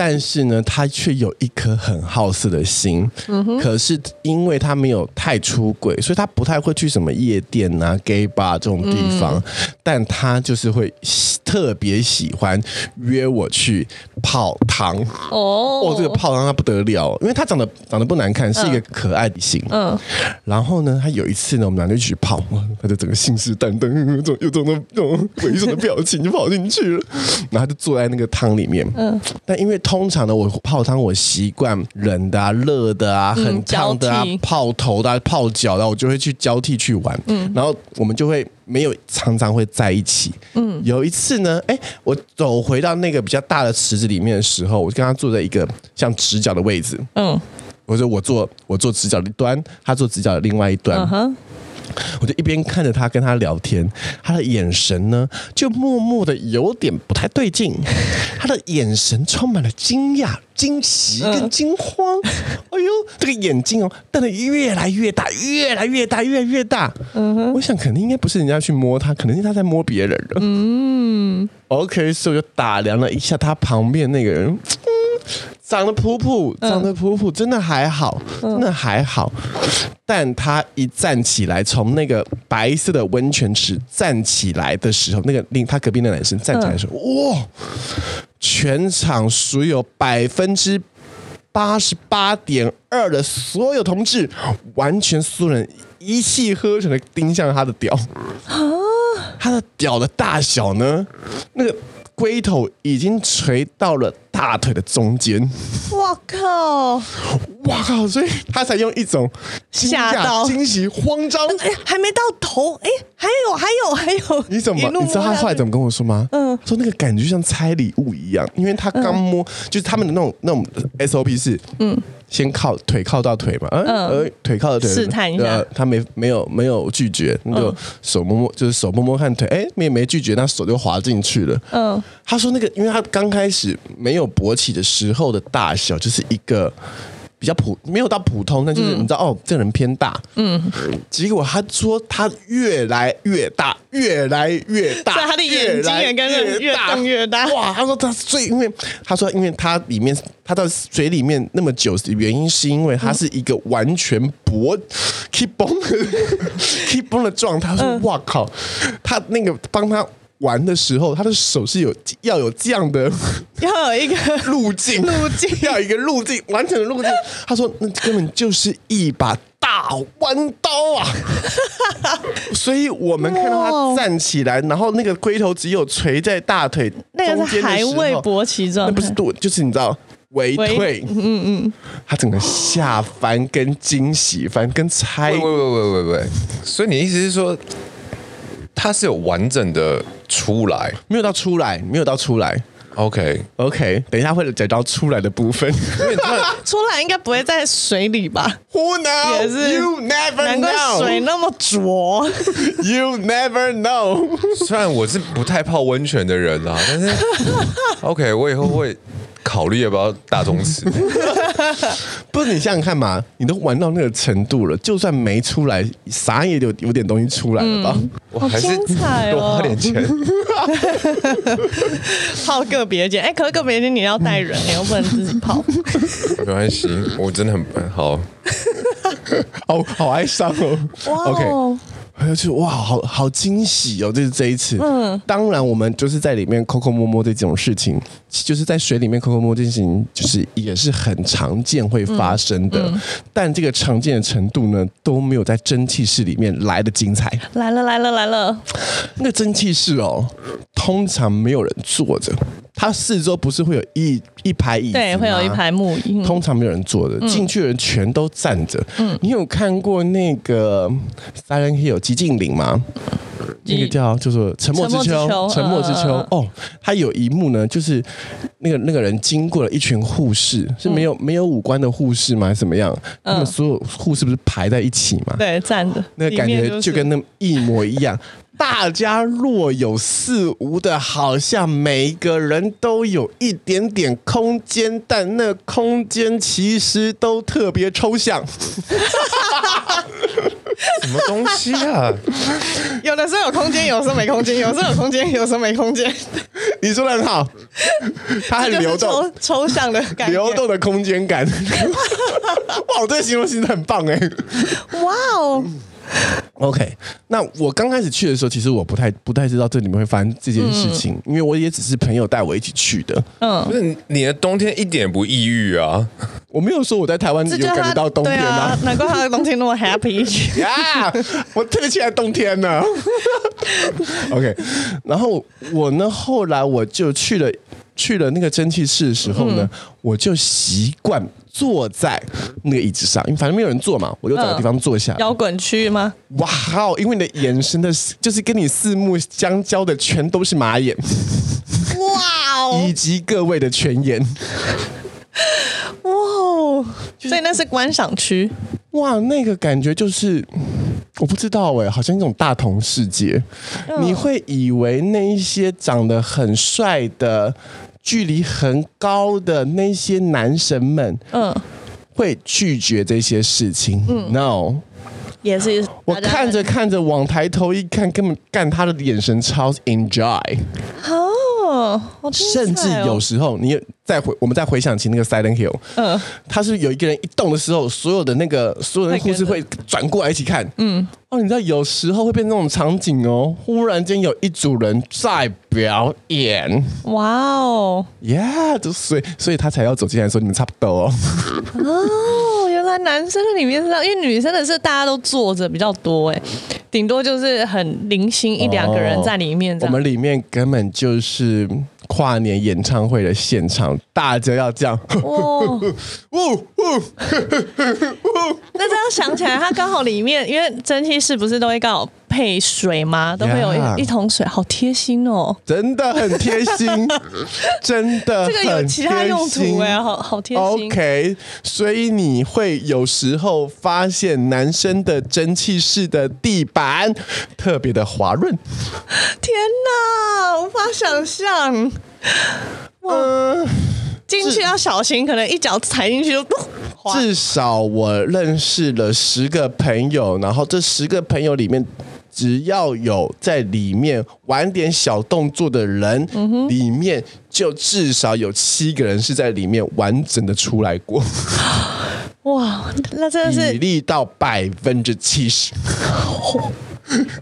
[SPEAKER 3] 但是呢，他却有一颗很好色的心。嗯哼。可是因为他没有太出轨，所以他不太会去什么夜店啊、gay bar 这种地方。但他就是会喜特别喜欢约我去泡汤。哦，
[SPEAKER 2] 哦
[SPEAKER 3] 这个泡汤他不得了，因为他长得长得不难看，是一个可爱的型。嗯，然后呢，他有一次呢，我们俩就一起去泡，哇他就整个信誓旦旦，有种 有种那种那种猥琐的表情就跑进去了，然后他就坐在那个汤里面。嗯，但因为通常呢，我泡汤我习惯冷的啊、热的啊、
[SPEAKER 2] 嗯
[SPEAKER 3] 很烫的啊
[SPEAKER 2] 交替、
[SPEAKER 3] 泡头的、啊、泡脚的啊、我就会去交替去玩。嗯，然后我们就会。没有常常会在一起。嗯，有一次呢，哎，我走回到那个比较大的池子里面的时候，我就跟他坐在一个像直角的位置，
[SPEAKER 2] 嗯
[SPEAKER 3] 我说我坐我坐直角的一端，他坐直角的另外一端。
[SPEAKER 2] 嗯哼，
[SPEAKER 3] 我就一边看着他跟他聊天，他的眼神呢，就默默的有点不太对 劲，他的眼神充满了惊讶、惊奇跟惊慌。哎呦，这个眼睛哦，瞪得越来越大，越来越大，越来越大。嗯哼，我想肯定应该不是人家去摸他，可能是他在摸别人了。嗯，OK，所以我就打量了一下他旁边那个人。嗯长得普普，长得普普，真的还好，真的还好。但他一站起来，从那个白色的温泉池站起来的时候，那个令他隔壁那个男生站起来的时候，哇！全场所有百分之八十八点二的所有同志，完全所有人一气呵成的盯向他的屌。他的屌的大小呢，那个龟头已经垂到了大腿的中间。
[SPEAKER 2] 我靠，哎
[SPEAKER 3] 哇靠！所以他才用一种惊
[SPEAKER 2] 吓
[SPEAKER 3] 讶、
[SPEAKER 2] 到
[SPEAKER 3] 惊喜、慌张。
[SPEAKER 2] 哎，还没到头，哎，还有还有还有，
[SPEAKER 3] 你怎
[SPEAKER 2] 一
[SPEAKER 3] 么？
[SPEAKER 2] 路啊
[SPEAKER 3] 你知道
[SPEAKER 2] 摸
[SPEAKER 3] 他
[SPEAKER 2] 下
[SPEAKER 3] 后来
[SPEAKER 2] 去
[SPEAKER 3] 怎么跟我说吗？嗯，说那个感觉像拆礼物一样，因为他刚摸，
[SPEAKER 2] 嗯
[SPEAKER 3] 就是他们的那种那种 SOP 是，嗯，先靠腿靠到腿嘛，嗯，呃，腿靠到腿，
[SPEAKER 2] 试探一下
[SPEAKER 3] 呃他没没有没有拒绝，那就手摸摸，就是手摸摸看腿，哎，没没拒绝，那手就滑进去了。嗯，他说那个，因为他刚开始没有勃起的时候的大小就是一个。比较普没有到普通，
[SPEAKER 2] 嗯
[SPEAKER 3] 但就是你知道、哦，这个人偏大，嗯，结果他说他越来越大，越来越大，
[SPEAKER 2] 所以他的眼睛也跟着越
[SPEAKER 3] 大
[SPEAKER 2] 动越大
[SPEAKER 3] 哇，他说他最因为他说因为他里面他到水里面那么久的原因是因为他是一个完全勃 keep on 的 keep on 的状态。他
[SPEAKER 2] 嗯
[SPEAKER 3] 说哇靠，他那个帮他。玩的时候，他的手是有要有这样的
[SPEAKER 2] 要有一个
[SPEAKER 3] 路径，
[SPEAKER 2] 路径
[SPEAKER 3] 要有一个路径，完整的路径。他说，那根本就是一把大弯刀啊！所以我们看到他
[SPEAKER 2] 哇
[SPEAKER 3] 站起来，然后那个龟头只有垂在大腿
[SPEAKER 2] 那个是
[SPEAKER 3] 中间的
[SPEAKER 2] 还
[SPEAKER 3] 时候
[SPEAKER 2] 未勃起状态
[SPEAKER 3] 那不是肚，就是你知道。微
[SPEAKER 2] 微
[SPEAKER 3] 退，嗯嗯，他整个下翻跟惊喜翻跟
[SPEAKER 1] 哎
[SPEAKER 3] 拆
[SPEAKER 1] 喂喂喂喂喂喂，所以你意思是说，它是有完整的出来
[SPEAKER 3] 没有到出来，没有到出来。
[SPEAKER 1] ？OK，
[SPEAKER 3] OK，等一下会讲到出来的部分。
[SPEAKER 1] 因为 它
[SPEAKER 2] 出来应该不会在水里吧？
[SPEAKER 3] Who knows?
[SPEAKER 2] 也是
[SPEAKER 3] You never
[SPEAKER 2] 难怪水
[SPEAKER 3] know.
[SPEAKER 2] 那么浊，
[SPEAKER 3] You never know.
[SPEAKER 1] 虽然我是不太泡温泉的人 啊，但是 OK，我以后会考虑要不要大众吃。
[SPEAKER 3] 不是你想想看嘛，你都玩到那个程度了，就算没出来，啥也有有点东西出来了吧？
[SPEAKER 1] 我还是
[SPEAKER 2] 好精彩哦
[SPEAKER 1] 多花点钱。
[SPEAKER 2] 泡个别间。哎、可是个别间你要带人，你又不能自己 泡。
[SPEAKER 1] 没关系，我真的很好。
[SPEAKER 3] 好好哀伤哦。
[SPEAKER 2] 哇
[SPEAKER 3] o
[SPEAKER 2] 哦
[SPEAKER 3] k 还有就是哇，好好惊喜哦！这是这一次，嗯，当然我们就是在里面抠抠摸摸这种事情，就是在水里面抠抠摸这件事情，就是也是很常见会发生的，但这个常见的程度呢，都没有在蒸汽室里面来的精彩。
[SPEAKER 2] 来了来了来了，
[SPEAKER 3] 那个蒸汽室哦，通常没有人坐着，它四周不是会有一一排椅子
[SPEAKER 2] 对，
[SPEAKER 3] 吗
[SPEAKER 2] 会有一排嗯木椅。
[SPEAKER 3] 通常没有人坐的，进去的人全都站着。
[SPEAKER 2] 嗯
[SPEAKER 3] 你有看过那个《Silent Hill》寂静岭吗？那个叫叫做《沉默之
[SPEAKER 2] 沉默之》，
[SPEAKER 3] 丘
[SPEAKER 2] 丘
[SPEAKER 3] 《沉默之丘
[SPEAKER 2] 嗯嗯》
[SPEAKER 3] 哦，它有一幕呢，就是那个那个人经过了一群护士，是没有
[SPEAKER 2] 嗯
[SPEAKER 3] 没有五官的护士吗？还是怎么样？他们所有护士不是排在一起吗？
[SPEAKER 2] 对，站着，
[SPEAKER 3] 那个感
[SPEAKER 2] 里面
[SPEAKER 3] 觉
[SPEAKER 2] 是
[SPEAKER 3] 就跟那一模一样。大家若有似无的，好像每个人都有一点点空间，但那空间其实都特别抽象。
[SPEAKER 1] 什么东西啊？
[SPEAKER 2] 有的时候有空间，有的时候没空间；有的时候有空间，有的时候没空间。
[SPEAKER 3] 你说的很 好，它很啊流动。
[SPEAKER 2] 就是抽抽象的感觉。
[SPEAKER 3] 流动的空间 感。哇，我这个形容词很棒哎、
[SPEAKER 2] 哇哦，
[SPEAKER 3] 嗯 OK，那我刚开始去的时候，其实我不太不太知道这里面会发生这件事情，因为我也只是朋友带我一起去的。
[SPEAKER 2] 嗯
[SPEAKER 1] 不是你的冬天一点也不抑郁啊！
[SPEAKER 3] 我没有说我在台湾
[SPEAKER 2] 这
[SPEAKER 3] 有
[SPEAKER 2] 就是
[SPEAKER 3] 感
[SPEAKER 2] 他
[SPEAKER 3] 觉到冬天
[SPEAKER 2] 对啊，难怪他的冬天那么 happy。
[SPEAKER 3] 呀我特别期待冬天呢。OK，然后我呢，后来我就去了去了那个蒸汽室的时候呢，我就习惯坐在那个椅子上，因为反正没有人坐嘛，我就找个地方坐下来。
[SPEAKER 2] 摇滚区吗？
[SPEAKER 3] 哇哦！因为你的眼神的，就是跟你四目相交的，全都是马眼，
[SPEAKER 2] 哇
[SPEAKER 3] 以及各位的全眼。
[SPEAKER 2] 哇哦！所以那是观赏区，
[SPEAKER 3] 哇，那个感觉就是，我不知道哎、好像一种大同世界。你会以为那一些长得很帅的、距离很高的那些男神们
[SPEAKER 2] 嗯，
[SPEAKER 3] 会拒绝这些事情、n o
[SPEAKER 2] 也是。
[SPEAKER 3] 我看着看着往抬头一看，根本干他的眼神超 enjoy。
[SPEAKER 2] 哦，好精彩哦
[SPEAKER 3] 甚至有时候，你再回我们再回想起那个 Silent Hill，嗯，他是有一个人一动的时候，所有的那个所有的护士会转过来一起看，嗯，哦，你知道有时候会变成那种场景哦，忽然间有一组人在表演
[SPEAKER 2] 哇哦
[SPEAKER 3] ，Yeah，就所以所以他才要走进来说你们差不多哦，
[SPEAKER 2] 哦，原来男生的里面是这样，因为女生的是大家都坐着比较多哎，顶多就是很零星一两个人在里面这
[SPEAKER 3] 哦
[SPEAKER 2] 样。
[SPEAKER 3] 我们里面根本就是跨年演唱会的现场，大家要这样，
[SPEAKER 2] 哦，
[SPEAKER 3] 呜呜，
[SPEAKER 2] 那这样想起来，它刚好里面，因为蒸汽室不是都会刚好配水吗？都会有一
[SPEAKER 3] Yeah
[SPEAKER 2] 一桶水，好贴心哦。
[SPEAKER 3] 真的很贴 心，真的
[SPEAKER 2] 这个有
[SPEAKER 3] 很
[SPEAKER 2] 其他
[SPEAKER 3] 贴
[SPEAKER 2] 用途
[SPEAKER 3] 心
[SPEAKER 2] 哎、好好贴心。
[SPEAKER 3] OK，所以你会有时候发现男生的蒸汽室的地板特别的滑润。
[SPEAKER 2] 天哪，无法想象。
[SPEAKER 3] 嗯、
[SPEAKER 2] 进去要小心，可能一脚踩进去就 咚滑。
[SPEAKER 3] 至少我认识了十个朋友，然后这十个朋友里面。只要有在里面玩点小动作的人，
[SPEAKER 2] 嗯
[SPEAKER 3] 里面就至少有七个人是在里面完整的出来过，
[SPEAKER 2] 哇，那真的是
[SPEAKER 3] 比例到百分之七十。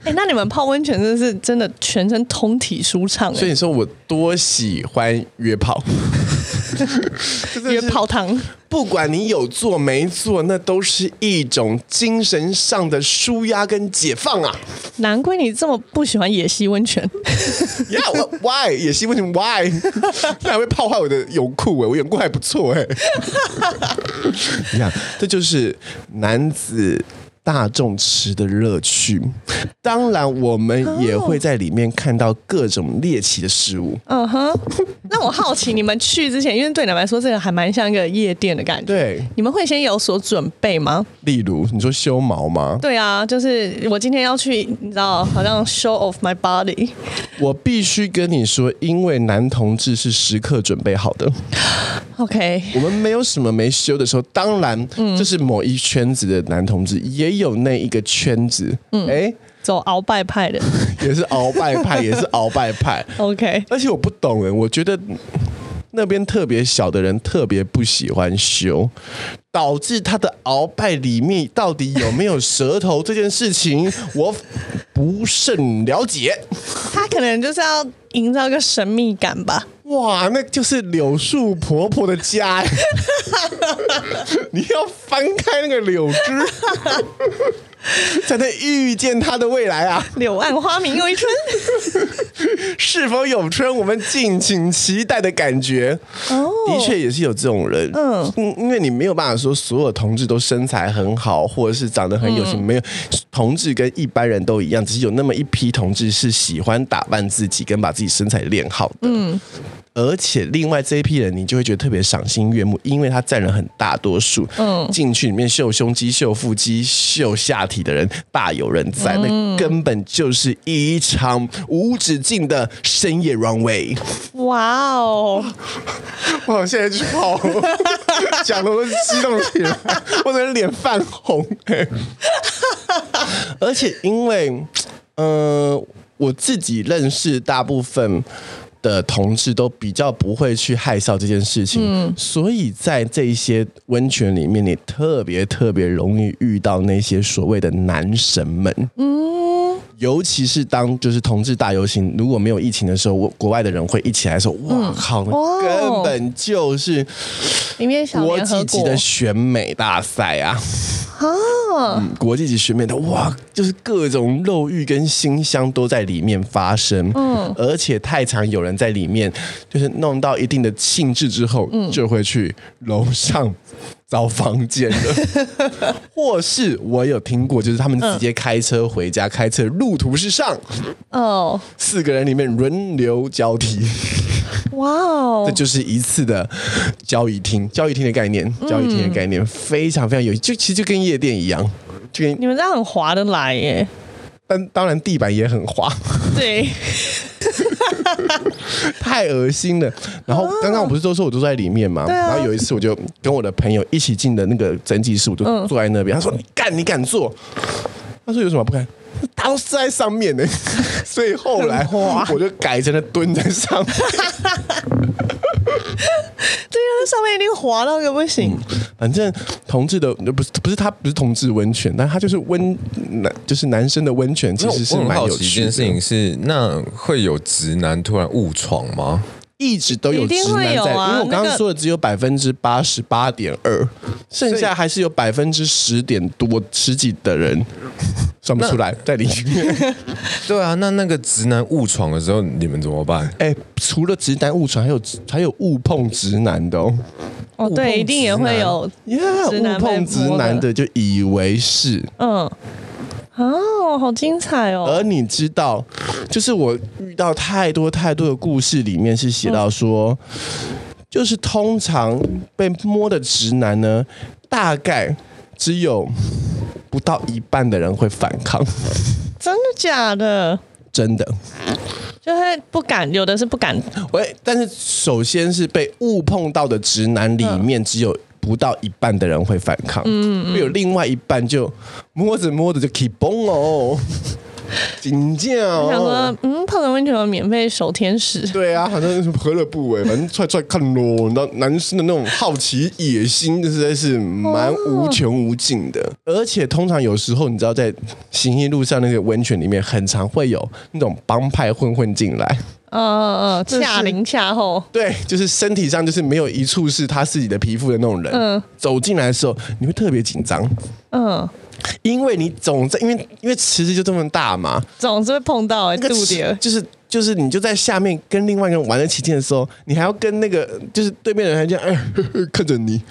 [SPEAKER 2] 哎、那你们泡温泉真的是真的全身通体舒畅
[SPEAKER 3] 所以
[SPEAKER 2] 哎、
[SPEAKER 3] 你说我多喜欢约炮，
[SPEAKER 2] 约泡汤。
[SPEAKER 3] 不管你有做没做，那都是一种精神上的舒压跟解放啊！
[SPEAKER 2] 难怪你这么不喜欢野溪温泉，
[SPEAKER 3] 呀、yeah,，我 why 也是为什么 why？那 还会泡坏我的泳裤哎，我泳裤还不错哎。你看，这就是男子。大众池的乐趣，当然我们也会在里面看到各种猎奇的事物。
[SPEAKER 2] 嗯哼。那我好奇，你们去之前，因为对你们来说，这个还蛮像一个夜店的感觉。
[SPEAKER 3] 对
[SPEAKER 2] 你们会先有所准备吗？
[SPEAKER 3] 例如，你说修毛吗？
[SPEAKER 2] 对啊，就是我今天要去，你知道，好像 show off my body。
[SPEAKER 3] 我必须跟你说，因为男同志是时刻准备好的，
[SPEAKER 2] OK，
[SPEAKER 3] 我们没有什么没修的时候。当然，这是某一圈子的男同志，也有那一个圈子，嗯，哎，
[SPEAKER 2] 走鳌拜派的。
[SPEAKER 3] 也是鳌拜派，也是鳌拜派。
[SPEAKER 2] OK，
[SPEAKER 3] 而且我不懂哎，我觉得那边特别小的人特别不喜欢修，导致他的鳌拜里面到底有没有舌头这件事情，我不甚了解。
[SPEAKER 2] 他可能就是要营造一个神秘感吧。
[SPEAKER 3] 哇，那就是柳树婆婆的家欸，你要翻开那个柳枝，才能遇见她的未来啊！
[SPEAKER 2] 柳暗花明又一村。
[SPEAKER 3] 是否有春，我们敬请期待的感觉。
[SPEAKER 2] 哦
[SPEAKER 3] 的确也是有这种人，嗯，因为你没有办法说所有同志都身材很好，或者是长得很有型，没有同志跟一般人都一样，只是有那么一批同志是喜欢打扮自己跟把自己身材练好的，嗯。而且另外这一批人，你就会觉得特别赏心悦目，因为他占了很大多数。嗯，进去里面秀胸肌、秀腹肌、秀下体的人大有人在，那根本就是一场无止境的深夜 runway。
[SPEAKER 2] 哇哦，
[SPEAKER 3] 我好像现在去 跑，讲的我都激动起来，我整个脸泛红、欸。而且因为，呃，我自己认识大部分。的同志都比较不会去害臊这件事情，所以在这一些温泉里面，你特别特别容易遇到那些所谓的男神们。尤其是当就是同志大游行，如果没有疫情的时候，我国外的人会一起来说：“哇靠，
[SPEAKER 2] 哦
[SPEAKER 3] 那根本就是
[SPEAKER 2] 里面小
[SPEAKER 3] 国
[SPEAKER 2] 联合
[SPEAKER 3] 际级
[SPEAKER 2] 国
[SPEAKER 3] 的选美大赛啊！”
[SPEAKER 2] 啊，
[SPEAKER 3] 嗯国际级选美的哇，就是各种肉欲跟馨香都在里面发生，嗯，而且太常有人在里面，就是弄到一定的兴致之后，就会去楼上找房间了，或是我有听过，就是他们直接开车回家，开车路途是上
[SPEAKER 2] 哦，
[SPEAKER 3] 四个人里面轮流交替。
[SPEAKER 2] 哇哦
[SPEAKER 3] 这，就是一次的交易厅，交易厅的概念，交易厅的概念、非常非常有，就其实就跟夜店一样，就跟
[SPEAKER 2] 你们这样很划得来耶。
[SPEAKER 3] 但当然地板也很滑，
[SPEAKER 2] 对，
[SPEAKER 3] 太恶心了。然后刚刚我不是都说我都在里面嘛，
[SPEAKER 2] 啊
[SPEAKER 3] 然后有一次我就跟我的朋友一起进的那个整体室，我就坐在那边，他说你干你敢坐？他说有什么不敢？他都是在上面的， 所以后来我就改成了蹲在上面。
[SPEAKER 2] 对啊，那上面一定滑到一个不行。
[SPEAKER 3] 反正同志的不是不是他不是同志温泉，但他就是温男就是男生的温泉，其
[SPEAKER 1] 那我
[SPEAKER 3] 实是
[SPEAKER 1] 我很
[SPEAKER 3] 蛮
[SPEAKER 1] 好
[SPEAKER 3] 有
[SPEAKER 1] 奇一
[SPEAKER 3] 趣的。
[SPEAKER 1] 件事情是，那会有直男突然误闯吗？
[SPEAKER 3] 一直都有
[SPEAKER 2] 一定
[SPEAKER 3] 直
[SPEAKER 2] 会
[SPEAKER 3] 男
[SPEAKER 2] 有
[SPEAKER 3] 在，
[SPEAKER 2] 啊
[SPEAKER 3] 因为我刚
[SPEAKER 2] 那
[SPEAKER 3] 刚
[SPEAKER 2] 个
[SPEAKER 3] 说的只有百分之八十八点二，剩下还是有百分之十点多十几的人 算不出来在里 面。
[SPEAKER 1] 对啊，那那个直男误闯的时候，你们怎么办？
[SPEAKER 3] 哎、除了直男误传，还有还有误碰直男的哦。
[SPEAKER 2] 哦，
[SPEAKER 1] 碰
[SPEAKER 2] 对，一定也
[SPEAKER 1] 直
[SPEAKER 2] 会
[SPEAKER 1] 男
[SPEAKER 2] 有，
[SPEAKER 3] 呀、
[SPEAKER 2] 直男
[SPEAKER 3] 误碰直男的就以为是，
[SPEAKER 2] 嗯，哦，好精彩哦。
[SPEAKER 3] 而你知道，就是我遇到太多太多的故事，里面是写到说，就是通常被摸的直男呢，大概只有不到一半的人会反抗，
[SPEAKER 2] 真的假的？
[SPEAKER 3] 真的。
[SPEAKER 2] 就会不敢，有的是不敢，
[SPEAKER 3] 喂，但是首先是被误碰到的直男里面，只有不到一半的人会反抗，嗯有另外一半就摸着摸着就起崩 哦，紧张哦，
[SPEAKER 2] 想说，嗯，泡个温泉有免费手天使，
[SPEAKER 3] 对啊，反正何乐不为，反正踹踹看咯。你知道男生的那种好奇野心，实在是蛮无穷无尽的。而且通常有时候，你知道，在行医路上那个温泉里面，很常会有那种帮派混混进来。
[SPEAKER 2] 嗯嗯嗯，
[SPEAKER 3] 是
[SPEAKER 2] 恰零恰后，
[SPEAKER 3] 对，就是身体上就是没有一处是他自己的皮肤的那种人，
[SPEAKER 2] 嗯
[SPEAKER 3] 走进来的时候，你会特别紧张，
[SPEAKER 2] 嗯，
[SPEAKER 3] 因为你总在，因为因为池子就这么大嘛，
[SPEAKER 2] 总是会碰到哎、
[SPEAKER 3] 那个
[SPEAKER 2] 度
[SPEAKER 3] 池
[SPEAKER 2] 点，
[SPEAKER 3] 就是就是你就在下面跟另外一个人玩的起劲的时候，你还要跟那个就是对面的人还这样、哎、呵呵看着 你，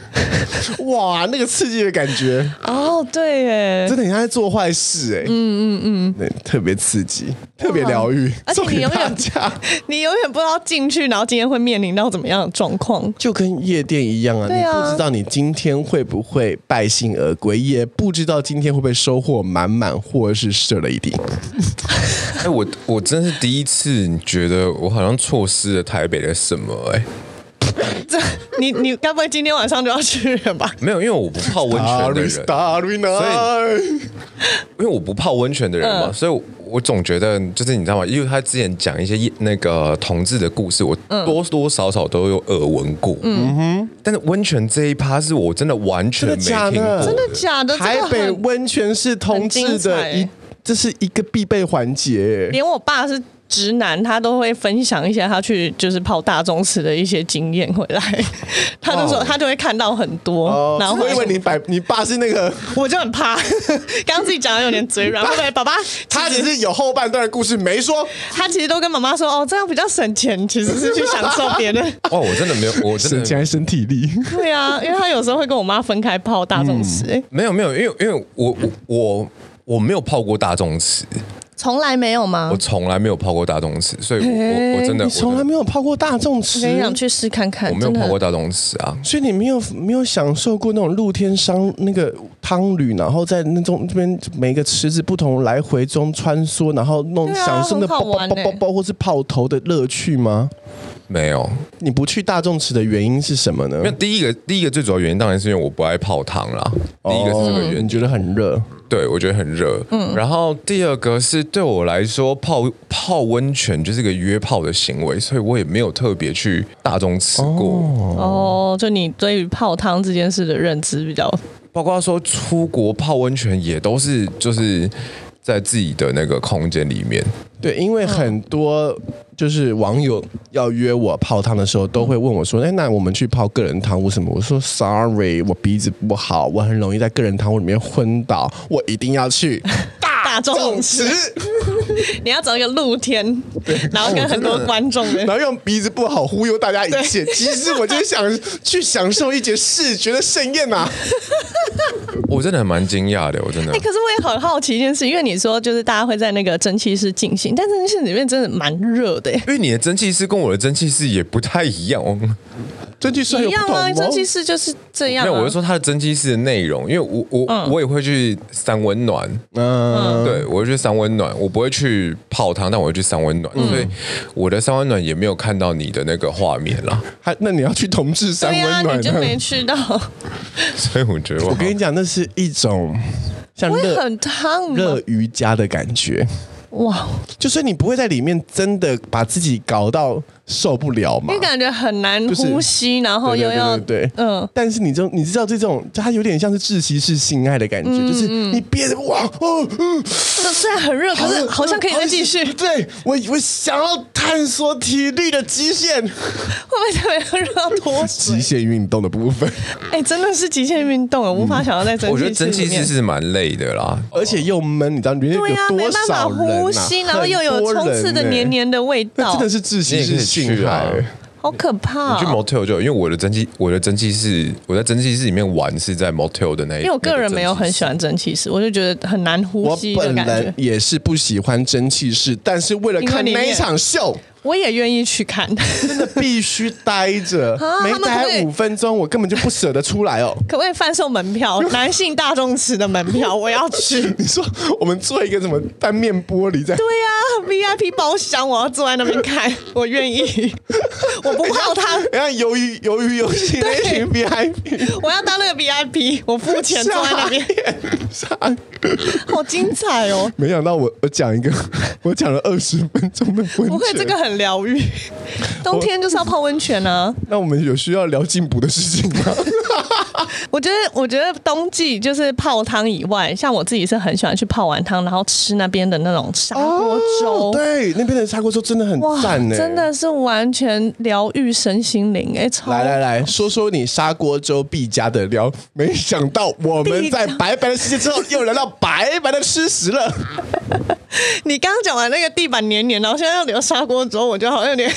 [SPEAKER 3] 哇，那个刺激的感觉，
[SPEAKER 2] 哦，对哎，
[SPEAKER 3] 真的很像在做坏事哎、嗯嗯嗯， 对，特别刺激，特别疗愈，
[SPEAKER 2] 而且
[SPEAKER 3] 送
[SPEAKER 2] 你
[SPEAKER 3] 给
[SPEAKER 2] 永
[SPEAKER 3] 大
[SPEAKER 2] 远
[SPEAKER 3] 家。
[SPEAKER 2] 你永远不知道进去，然后今天会面临到怎么样的状况，
[SPEAKER 3] 就跟夜店一样啊，
[SPEAKER 2] 对啊
[SPEAKER 3] 你不知道你今天会不会败兴而归，也不知道今天会不会收获满满，或是射了一地。
[SPEAKER 1] 哎、我我真是第一次觉得我好像错失了台北的什么哎、
[SPEAKER 2] 这你你该不会今天晚上就要去了吧？
[SPEAKER 1] 没有，因为我不泡温泉的
[SPEAKER 3] Starry,
[SPEAKER 1] 人，
[SPEAKER 3] starry night
[SPEAKER 1] 因为我不泡温泉的人嘛，所以我我总觉得就是你知道吗？因为他之前讲一些夜那个同志的故事，我多多少少都有耳闻过。嗯哼，但是温泉这一趴是我真的完全没
[SPEAKER 3] 真的假的
[SPEAKER 1] 听过，
[SPEAKER 3] 真
[SPEAKER 2] 真的假的？这
[SPEAKER 3] 台
[SPEAKER 2] 个
[SPEAKER 3] 北
[SPEAKER 2] 很
[SPEAKER 3] 温泉是同志
[SPEAKER 2] 很精
[SPEAKER 3] 的
[SPEAKER 2] 彩
[SPEAKER 3] 一，这是一个必备环 节。
[SPEAKER 2] 连我爸是直男，他都会分享一些他去就是泡大众池的一些经验回来，他就说他就会看到很多，
[SPEAKER 3] 哦
[SPEAKER 2] 然后
[SPEAKER 3] 我以为你爸，你爸是那 个，
[SPEAKER 2] 我就很怕，刚刚自己讲的有点嘴软，会不会爸爸
[SPEAKER 3] 他
[SPEAKER 2] 其
[SPEAKER 3] 只
[SPEAKER 2] 实
[SPEAKER 3] 是有后半段的故事没说，
[SPEAKER 2] 他其实都跟妈妈说哦，这样比较省钱，其实是去享受别人。
[SPEAKER 1] 哇，哦我真的没有，我真的
[SPEAKER 3] 还省体力。
[SPEAKER 2] 对啊，因为他有时候会跟我妈分开泡大众池、欸
[SPEAKER 1] 没有没有，因为因为我我我我没有泡过大众池，
[SPEAKER 2] 从来没有吗
[SPEAKER 1] 我？从来没有泡过大众池，所以我我我真的
[SPEAKER 3] 你 从来没有泡过大众
[SPEAKER 2] 我跟你讲，
[SPEAKER 3] 池，
[SPEAKER 2] 去试看看，
[SPEAKER 1] 我没有
[SPEAKER 2] 真
[SPEAKER 1] 泡过
[SPEAKER 2] 的。
[SPEAKER 1] 大众池啊。
[SPEAKER 3] 所以你没有没有享受过那种露天商那个汤旅，然后在那种这边每个池子不同来回中穿梭，然后弄
[SPEAKER 2] 对啊
[SPEAKER 3] 享受
[SPEAKER 2] 很
[SPEAKER 3] 那
[SPEAKER 2] 好
[SPEAKER 3] 爆爆
[SPEAKER 2] 玩
[SPEAKER 3] 爆爆
[SPEAKER 2] 欸
[SPEAKER 3] 爆或是泡头的乐趣吗？
[SPEAKER 1] 没有，
[SPEAKER 3] 你不去大众池的原因是什么呢
[SPEAKER 1] 没？有。第一个第一个最主要原因当然是因为我不爱泡汤啦。第一个是这个原因
[SPEAKER 3] 哦，你觉得很热，
[SPEAKER 1] 对我觉得很热。嗯，然后第二个是对我来说泡泡温泉就是个约炮的行为，所以我也没有特别去大众吃过。
[SPEAKER 2] 哦，就你对于泡汤这件事的认知比较
[SPEAKER 1] 包括说出国泡温泉也都是就是在自己的那个空间里面，
[SPEAKER 3] 对，因
[SPEAKER 2] 嗯
[SPEAKER 3] 为很多就是网友要约我泡汤的时候，都会问我说：“哎，那我们去泡个人汤屋什么？”我说：“Sorry，我鼻子不好，我很容易在个人汤屋里面昏倒，我一定要去
[SPEAKER 2] 大众池，你要找一个露天，然后跟很多观众
[SPEAKER 3] 然
[SPEAKER 2] 的。
[SPEAKER 3] 后用鼻子不好忽悠大家一 切。其实我就是想去享受一节视觉的盛宴呐、啊。
[SPEAKER 1] 我真的很蛮惊讶的，我真的
[SPEAKER 2] 哎、。可是我也很好奇一件事，因为你说就是大家会在那个蒸汽室进行，但蒸汽室里面真的蛮热的耶。
[SPEAKER 1] 因为你的蒸汽室跟我的蒸汽室也不太一样哦。
[SPEAKER 3] 蒸汽室还
[SPEAKER 2] 一
[SPEAKER 3] 有不
[SPEAKER 2] 样
[SPEAKER 3] 同
[SPEAKER 2] 啊，
[SPEAKER 3] 吗？
[SPEAKER 2] 蒸汽室就是这样、
[SPEAKER 1] 没
[SPEAKER 2] 啊。
[SPEAKER 1] 有，我是说它的蒸汽室的内容，因为我我、我也会去三温暖，
[SPEAKER 3] 嗯，
[SPEAKER 1] 对我会去三温暖，我不会去泡汤，但我会去三温暖，
[SPEAKER 2] 嗯
[SPEAKER 1] 所以我的三温暖也没有看到你的那个画面啦，
[SPEAKER 3] 还啊那你要去同志山
[SPEAKER 2] 对呀、
[SPEAKER 3] 温
[SPEAKER 2] 啊，
[SPEAKER 3] 暖
[SPEAKER 2] 你就
[SPEAKER 3] 呢
[SPEAKER 2] 没去 到，
[SPEAKER 1] 所以我觉得我
[SPEAKER 3] 我
[SPEAKER 1] 好
[SPEAKER 3] 跟你讲，那是一种像
[SPEAKER 2] 会
[SPEAKER 3] 热
[SPEAKER 2] 很啊烫吗
[SPEAKER 3] 热？瑜伽的感觉。”
[SPEAKER 2] 哇，
[SPEAKER 3] 就是你不会在里面真的把自己搞到受不了嘛
[SPEAKER 2] 因为？感觉很难呼吸，然后
[SPEAKER 3] 对
[SPEAKER 2] 又
[SPEAKER 3] 对
[SPEAKER 2] 要
[SPEAKER 3] 对对对，
[SPEAKER 2] 嗯
[SPEAKER 3] 嗯。但是你知道，你知道这种，它有点像是窒息式性爱的感觉，
[SPEAKER 2] 嗯
[SPEAKER 3] 就是你憋着哇哦，嗯，
[SPEAKER 2] 这虽然很热，可是好像可以再继续，
[SPEAKER 3] 好
[SPEAKER 2] 会
[SPEAKER 3] 像对我，我想要探索体力的极限，
[SPEAKER 2] 不会特别热到脱水？
[SPEAKER 3] 限运动的部分，
[SPEAKER 2] 哎、真的是极限运动，我无法想象在蒸汽室里面。
[SPEAKER 1] 我觉得蒸汽室是蛮累的啦，
[SPEAKER 3] 而且又闷，你知道里面有
[SPEAKER 2] 对呀、
[SPEAKER 3] 多
[SPEAKER 2] 没办法
[SPEAKER 3] 少人啊
[SPEAKER 2] 呼吸，然后又有
[SPEAKER 3] 很多
[SPEAKER 2] 冲刺的
[SPEAKER 3] 人欸
[SPEAKER 2] 黏黏的味
[SPEAKER 3] 那
[SPEAKER 2] 道
[SPEAKER 3] 真，的是窒息式
[SPEAKER 1] 你也可以去
[SPEAKER 3] 性
[SPEAKER 1] 啊
[SPEAKER 3] 爱。
[SPEAKER 2] 好可怕、
[SPEAKER 1] 我去
[SPEAKER 2] 哦。
[SPEAKER 1] motel 就有因为我的蒸汽，我的蒸汽室，我在蒸汽室里面玩是在 motel 的那一，
[SPEAKER 2] 因为我个人没有很喜欢蒸汽室，我就觉得很难呼
[SPEAKER 3] 我
[SPEAKER 2] 吸的
[SPEAKER 3] 本
[SPEAKER 2] 感
[SPEAKER 3] 人
[SPEAKER 2] 觉。
[SPEAKER 3] 也是不喜欢蒸汽室，但是为了
[SPEAKER 2] 因为
[SPEAKER 3] 看
[SPEAKER 2] 里
[SPEAKER 3] 那一
[SPEAKER 2] 面
[SPEAKER 3] 场秀，
[SPEAKER 2] 我也愿意去看，
[SPEAKER 3] 真的 必须待着
[SPEAKER 2] 啊，
[SPEAKER 3] 没
[SPEAKER 2] 他们可
[SPEAKER 3] 待
[SPEAKER 2] 以
[SPEAKER 3] 五分钟，我根本就不舍得出来 哦。
[SPEAKER 2] 可不可以贩售门 票？男性大众池的门票，我要去。对
[SPEAKER 3] 你说我们做一个什么单面玻璃在？
[SPEAKER 2] 呀、v 啊 i p 包厢，我要坐在那边看，我愿意，我不泡 汤，
[SPEAKER 3] 人家哎鱿鱼鱿鱼游戏那一群 VIP，
[SPEAKER 2] 我要当那个 VIP，我付钱坐在那边，
[SPEAKER 3] 傻眼。傻
[SPEAKER 2] 好精彩哦！
[SPEAKER 3] 没想到我我讲一 个，我讲了二十分钟的温泉。
[SPEAKER 2] 不会，这个很疗愈。冬天就是要泡温泉啊！
[SPEAKER 3] 那我们有需要聊进补的事情 吗？
[SPEAKER 2] 我觉得，我觉得冬季就是泡汤以外，像我自己是很喜欢去泡完汤，然后吃那边的那种砂锅粥。
[SPEAKER 3] 哦对，那边的砂锅粥真的很
[SPEAKER 2] 啊哇，
[SPEAKER 3] 赞呢，
[SPEAKER 2] 真。的是完全疗愈身心灵，哎、超
[SPEAKER 3] 来来来说说你砂锅粥必加的料，没想到我们
[SPEAKER 2] 必加
[SPEAKER 3] 在白白的世界之后，又来到白白的吃 食了。
[SPEAKER 2] 你刚刚讲完那个地板黏黏，然后现在要留砂锅粥，我觉得好像 有点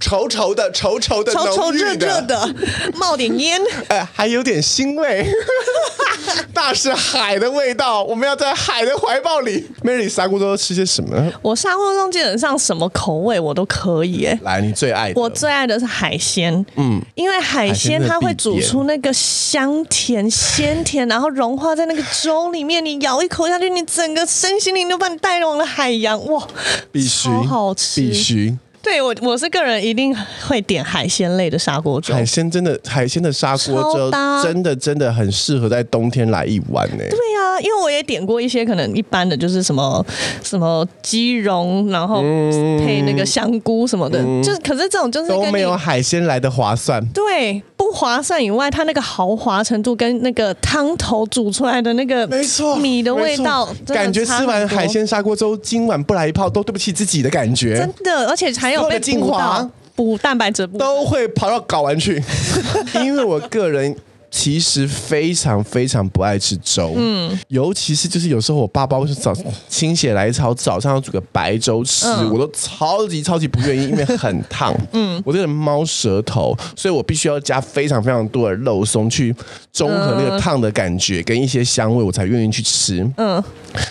[SPEAKER 3] 稠稠的、稠稠的、
[SPEAKER 2] 稠稠
[SPEAKER 3] 浓郁
[SPEAKER 2] 热热，的，冒点烟。
[SPEAKER 3] 呃，还有点腥 味，那是海的味道。我们要在海的怀抱里。Mary 砂锅粥吃些什么呢？
[SPEAKER 2] 我砂锅粥基本上什么口味我都可以、哎。
[SPEAKER 3] 来，你最爱的
[SPEAKER 2] 我最爱的是海鲜，嗯，因为海鲜它会煮出那个香甜、鲜甜，然后融化在那个粥里面，你咬一口下去，你整个身心灵都把你带往了海洋，哇，
[SPEAKER 3] 必须
[SPEAKER 2] 超好吃，
[SPEAKER 3] 必。须
[SPEAKER 2] 对我，我是个人一定会点海鲜类的砂锅粥。
[SPEAKER 3] 海鲜真的海鲜的砂锅
[SPEAKER 2] 超
[SPEAKER 3] 粥
[SPEAKER 2] 搭
[SPEAKER 3] 真的真的很适合在冬天来一碗呢、
[SPEAKER 2] 对呀、因为我也点过一些可能一般的，就是什么什么鸡茸，然后配那个香菇什么的，就是可是这种就是
[SPEAKER 3] 嗯都
[SPEAKER 2] 跟
[SPEAKER 3] 没
[SPEAKER 2] 你
[SPEAKER 3] 有海鲜来的划算。
[SPEAKER 2] 对，不划算以外，它那个豪华程度跟那个汤头煮出来的那个
[SPEAKER 3] 没错，
[SPEAKER 2] 米的味道
[SPEAKER 3] 没，错
[SPEAKER 2] 真的
[SPEAKER 3] 感觉
[SPEAKER 2] 差很
[SPEAKER 3] 吃完
[SPEAKER 2] 多
[SPEAKER 3] 海，鲜砂锅粥，今晚不来一泡都对不起自己的感觉，
[SPEAKER 2] 真的，而且还有被
[SPEAKER 3] 所有的精
[SPEAKER 2] 补
[SPEAKER 3] 华
[SPEAKER 2] 到补蛋白质的部分，
[SPEAKER 3] 都会跑到睾丸去，因为我个人。其实非常非常不爱吃粥，嗯，尤其是就是有时候我爸爸会说早心血来潮早上要煮个白粥吃，我都超级超级不愿意，因为很烫，嗯，我这个人猫舌头，所以我必须要加非常非常多的肉松去中和那个烫的感觉跟一些香味，我才愿意去吃，嗯。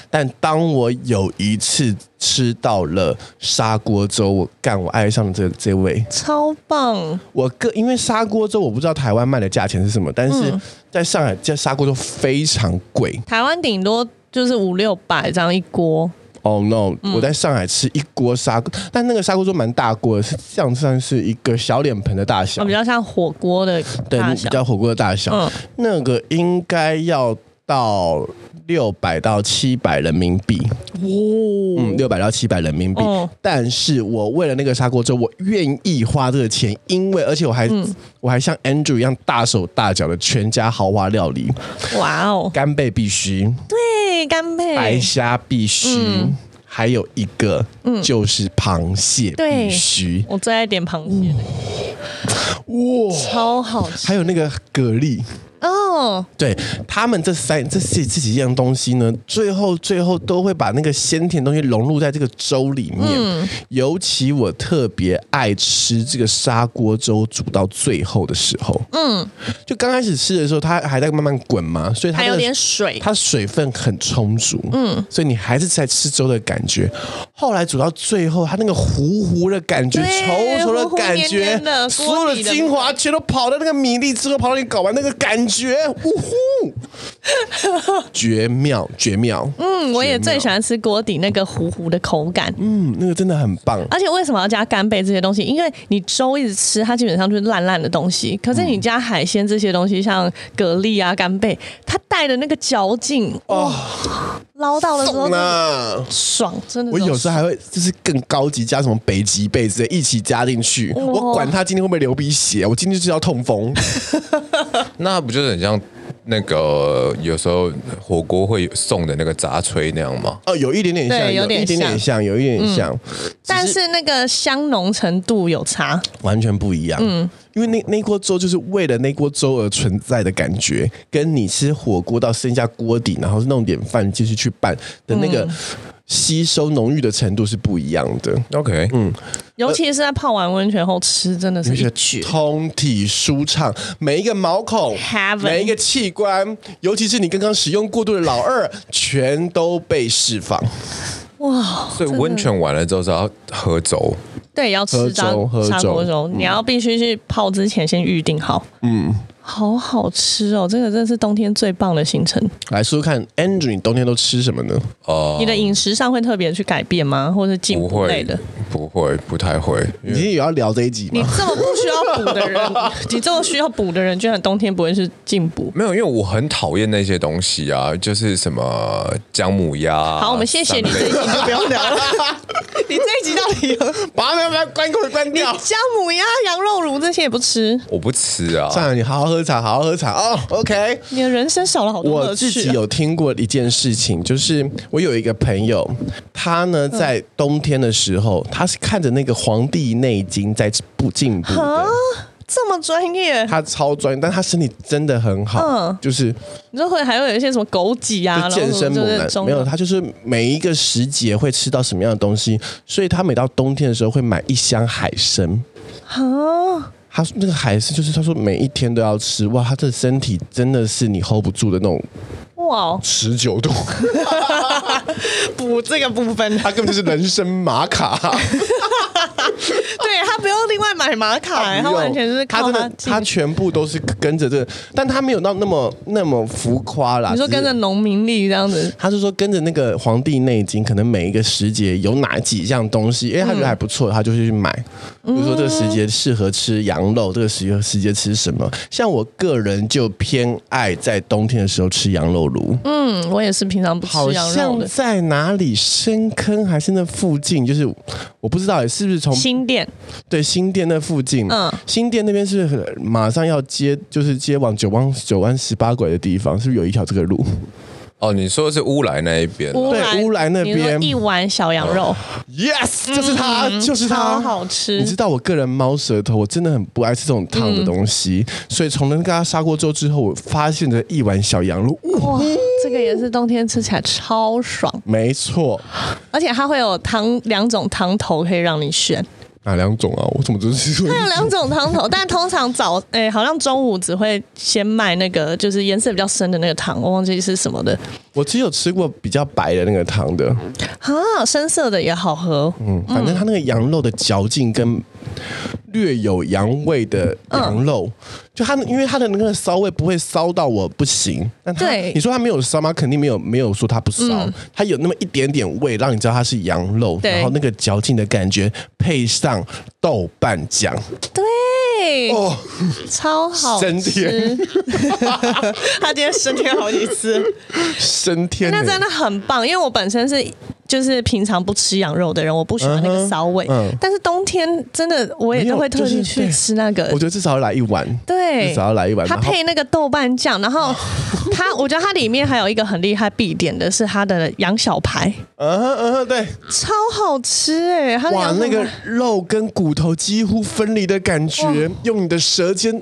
[SPEAKER 3] 但当我有一次吃到了砂锅粥，我干，我爱上了这这味。
[SPEAKER 2] 超棒！
[SPEAKER 3] 我个因为砂锅粥，我不知道台湾卖的价钱是什么，但
[SPEAKER 2] 嗯
[SPEAKER 3] 是在上海这砂锅粥非常贵。
[SPEAKER 2] 台湾顶多就是五六百这样一锅，
[SPEAKER 3] Oh no！、我
[SPEAKER 2] 嗯
[SPEAKER 3] 在上海吃一锅砂锅，但那个砂锅粥蛮大锅的，是这样算是一个小脸盆的大小，
[SPEAKER 2] 哦比较像火锅的
[SPEAKER 3] 对，
[SPEAKER 2] 大
[SPEAKER 3] 比
[SPEAKER 2] 小。
[SPEAKER 3] 较火锅的大小，
[SPEAKER 2] 嗯
[SPEAKER 3] 那个应该要到六百到七百人民币，嗯，六百到七百人民币。
[SPEAKER 2] 哦
[SPEAKER 3] 但是我为了那个砂锅粥，我愿意花这个钱，因为而且我还、
[SPEAKER 2] 嗯
[SPEAKER 3] 我还像 Andrew 一样大手大脚的全家豪华料理，
[SPEAKER 2] 哇哦！
[SPEAKER 3] 干贝必须，
[SPEAKER 2] 对，嗯干
[SPEAKER 3] 白
[SPEAKER 2] 贝，
[SPEAKER 3] 虾必须。还有一个就是螃蟹
[SPEAKER 2] 嗯对
[SPEAKER 3] 必须，
[SPEAKER 2] 我最爱点螃蟹，
[SPEAKER 3] 哇！
[SPEAKER 2] 超好吃
[SPEAKER 3] 还有那个蛤蜊，
[SPEAKER 2] 哦！
[SPEAKER 3] 对他们这三这这这几样东西呢，最后最后都会把那个鲜甜的东西融入在这个粥里面。
[SPEAKER 2] 嗯
[SPEAKER 3] 尤其我特别爱吃这个砂锅粥，煮到最后的时候，嗯，就刚开始吃的时候，它还在慢慢滚嘛，所以它
[SPEAKER 2] 还有
[SPEAKER 3] 那个
[SPEAKER 2] 点水
[SPEAKER 3] 它水分很充足，嗯，所以你还是在吃粥的感觉。后来煮到最后，它那个糊糊的感觉、
[SPEAKER 2] 对
[SPEAKER 3] 稠稠
[SPEAKER 2] 糊糊
[SPEAKER 3] 感
[SPEAKER 2] 黏
[SPEAKER 3] 觉，
[SPEAKER 2] 黏的
[SPEAKER 3] 所有
[SPEAKER 2] 锅
[SPEAKER 3] 的
[SPEAKER 2] 底的
[SPEAKER 3] 精华全都跑到那个米粒之后，跑到你搞完那个感觉，呜呼， 绝妙绝妙，
[SPEAKER 2] 嗯，我也最喜欢吃锅底那个糊糊的口感。
[SPEAKER 3] 嗯，那个真的很棒。
[SPEAKER 2] 而且为什么要加干贝这些东西？因为你粥一直吃，它基本上就是烂烂的东西。可是你加海鲜这些东西，像蛤蜊啊、干贝，它带的那个嚼劲，哦，捞到的时候
[SPEAKER 3] 懂
[SPEAKER 2] 真的
[SPEAKER 3] 啦！
[SPEAKER 2] 爽，真的
[SPEAKER 3] 啊我
[SPEAKER 2] 啊是
[SPEAKER 3] 有时
[SPEAKER 2] 爽
[SPEAKER 3] 候还会就是更高级，加什么北极贝之类一起加进去。我管他今天会不会流鼻血，我今天就是要痛风。
[SPEAKER 1] 那不就是很像那个有时候火锅会送的那个炸炊那样吗？
[SPEAKER 3] 哦，有一点点像，
[SPEAKER 2] 对有点嗯
[SPEAKER 3] 一点点像，有一点点像，
[SPEAKER 2] 但是那个香浓程度有差，
[SPEAKER 3] 完全不一样。嗯，因为那那锅粥就是为了那锅粥而存在的感觉，跟你吃火锅到剩下锅底，然后弄点饭继续去拌的那
[SPEAKER 2] 嗯
[SPEAKER 3] 个吸收浓郁的程度是不一样的。
[SPEAKER 1] OK，嗯，
[SPEAKER 2] 尤其是在泡完温泉后吃，真的是
[SPEAKER 3] 而
[SPEAKER 2] 一
[SPEAKER 3] 且
[SPEAKER 2] 绝。
[SPEAKER 3] 通体舒畅，每一个毛孔
[SPEAKER 2] Heaven
[SPEAKER 3] 每一个器官，尤其是你刚刚使用过度的老二，全都被释放。
[SPEAKER 2] 哇，
[SPEAKER 1] 所以温泉完了之后是要喝粥，
[SPEAKER 2] 对，要吃砂
[SPEAKER 3] 喝粥喝
[SPEAKER 2] 砂锅
[SPEAKER 3] 粥
[SPEAKER 2] 粥，你要必须去泡之前先预定好。嗯，好好吃哦，这个真的是冬天最棒的行程。
[SPEAKER 3] 来说说看，Andrew，你冬天都吃什么呢？
[SPEAKER 2] 你的饮食上会特别去改变吗？或者进
[SPEAKER 1] 不
[SPEAKER 2] 补类
[SPEAKER 1] 会
[SPEAKER 2] 的？，
[SPEAKER 1] 不会，不太会，因
[SPEAKER 3] 你
[SPEAKER 1] 为
[SPEAKER 3] 今天有要聊这一集
[SPEAKER 2] 你
[SPEAKER 3] 吗？
[SPEAKER 2] 这么不需要补的 人，你这么需要补的人，居然冬天不会去进补。
[SPEAKER 1] 没有，因为我很讨厌那些东西啊，就是什么姜母鸭啊。
[SPEAKER 2] 好，我们谢谢你
[SPEAKER 1] 三
[SPEAKER 2] 这一
[SPEAKER 1] 杯
[SPEAKER 2] 集就不用聊了。你这一集到底有
[SPEAKER 1] 啊
[SPEAKER 3] 把它们关关关掉。
[SPEAKER 2] 姜母鸭、羊肉炉这些也不吃，
[SPEAKER 1] 我不吃啊，
[SPEAKER 3] 算了，你好好喝茶，好好喝茶哦。OK，
[SPEAKER 2] 你的人生少了好多
[SPEAKER 3] 我
[SPEAKER 2] 乐
[SPEAKER 3] 自
[SPEAKER 2] 趣
[SPEAKER 3] 己
[SPEAKER 2] 啊、
[SPEAKER 3] 有听过一件事情，就是我有一个朋友，他呢在冬天的时候，他是看着那个《黄帝内经》在不进补的。
[SPEAKER 2] 这么专业，
[SPEAKER 3] 他超专业，但他身体真的很好，
[SPEAKER 2] 嗯
[SPEAKER 3] 就是
[SPEAKER 2] 你说会还会有一些什么枸杞啊，然
[SPEAKER 3] 就
[SPEAKER 2] 后
[SPEAKER 3] 健身猛
[SPEAKER 2] 什么就
[SPEAKER 3] 男
[SPEAKER 2] 是，中
[SPEAKER 3] 没有他就是每一个时节会吃到什么样的东西，所以他每到冬天的时候会买一箱海参。
[SPEAKER 2] 啊，
[SPEAKER 3] 他说那个海参就是他说每一天都要吃，哇，他这身体真的是你 hold 不住的那种
[SPEAKER 2] 哇，哦
[SPEAKER 3] 持久度，
[SPEAKER 2] 补这个部分，
[SPEAKER 3] 他根本就是人生马 卡。
[SPEAKER 2] 对他不用另外买玛卡、欸，他完全是
[SPEAKER 3] 他
[SPEAKER 2] 靠
[SPEAKER 3] 真的，
[SPEAKER 2] 进
[SPEAKER 3] 他全部都是跟着这个，但他没有到那么那么浮夸啦。
[SPEAKER 2] 你说跟
[SPEAKER 3] 只
[SPEAKER 2] 着
[SPEAKER 3] 是
[SPEAKER 2] 农民力这样子，
[SPEAKER 3] 他是说跟着那个《黄帝内经》，可能每一个时节有哪几样东西，因为他
[SPEAKER 2] 嗯
[SPEAKER 3] 觉得还不错，他就去买。比如说这个时节适合吃羊肉，这个时时节吃什么？像我个人就偏爱在冬天的时候吃羊肉炉，
[SPEAKER 2] 嗯，我也是平常不
[SPEAKER 3] 好
[SPEAKER 2] 吃羊肉
[SPEAKER 3] 像
[SPEAKER 2] 的。
[SPEAKER 3] 在哪里深坑还是那附近，就是我不知道是不是从
[SPEAKER 2] 新店
[SPEAKER 3] 对新店那附近，嗯
[SPEAKER 2] 嗯，
[SPEAKER 3] 新店那边是不是很马上要接，就是接往九弯九弯十八拐的地方，是不是有一条这个路？
[SPEAKER 1] 哦，你说的是乌来那一边啊，
[SPEAKER 2] 乌
[SPEAKER 3] 对
[SPEAKER 2] 来
[SPEAKER 3] 乌来那
[SPEAKER 2] 你说
[SPEAKER 3] 边
[SPEAKER 2] 一碗小羊肉，
[SPEAKER 3] Yes，就是它，就是它，
[SPEAKER 2] 嗯超好吃
[SPEAKER 3] 你知道我个人猫舌头，我真的很不爱吃这种烫的东西，
[SPEAKER 2] 嗯
[SPEAKER 3] 所以从那个砂锅粥之后，我发现了一碗小羊肉，呜
[SPEAKER 2] 哇，这个也是冬天吃起来超爽，
[SPEAKER 3] 没错，
[SPEAKER 2] 而且它会有汤两种汤头可以让你选，
[SPEAKER 3] 哪两种啊？我怎么就是
[SPEAKER 2] 它有两种汤 头，但通常早诶、好像中午只会先卖那个，就是颜色比较深的那个糖，我忘记是什么的
[SPEAKER 3] 我只有吃过比较白的那个汤的，
[SPEAKER 2] 啊，深色的也好喝。
[SPEAKER 3] 嗯，反正它那个羊肉的嚼劲跟略有羊味的羊肉，
[SPEAKER 2] 嗯
[SPEAKER 3] 就它因为它的那个骚味不会骚到我不行。但它
[SPEAKER 2] 对嗯
[SPEAKER 3] 你说它没有骚吗？肯定没有，没有说它不骚，它有那么一点点味，让你知道它是羊肉，
[SPEAKER 2] 对
[SPEAKER 3] 然后那个嚼劲的感觉配上豆瓣酱，
[SPEAKER 2] 对，
[SPEAKER 3] 哦，
[SPEAKER 2] 超好
[SPEAKER 3] 升
[SPEAKER 2] 吃
[SPEAKER 3] 天。
[SPEAKER 2] 他今天升天好几次，
[SPEAKER 3] 升天、欸！
[SPEAKER 2] 哎那真的很棒。因为我本身是就是平常不吃羊肉的人，我不喜欢那个骚味。
[SPEAKER 3] 嗯哼嗯
[SPEAKER 2] 但是冬天真的我也都会特地去吃那个。
[SPEAKER 3] 我觉得至少要来一碗，
[SPEAKER 2] 呃对，
[SPEAKER 3] 至少要来一碗。
[SPEAKER 2] 它
[SPEAKER 3] 然后哦
[SPEAKER 2] 配那个豆瓣酱，然 后它，我觉得它里面还有一个很厉害必点的是它的羊小排，
[SPEAKER 3] 嗯哼嗯哼，对，
[SPEAKER 2] 超好吃哎、它的
[SPEAKER 3] 哇，
[SPEAKER 2] 羊小
[SPEAKER 3] 那个
[SPEAKER 2] 排
[SPEAKER 3] 肉跟骨头几乎分离的感觉，用你的舌尖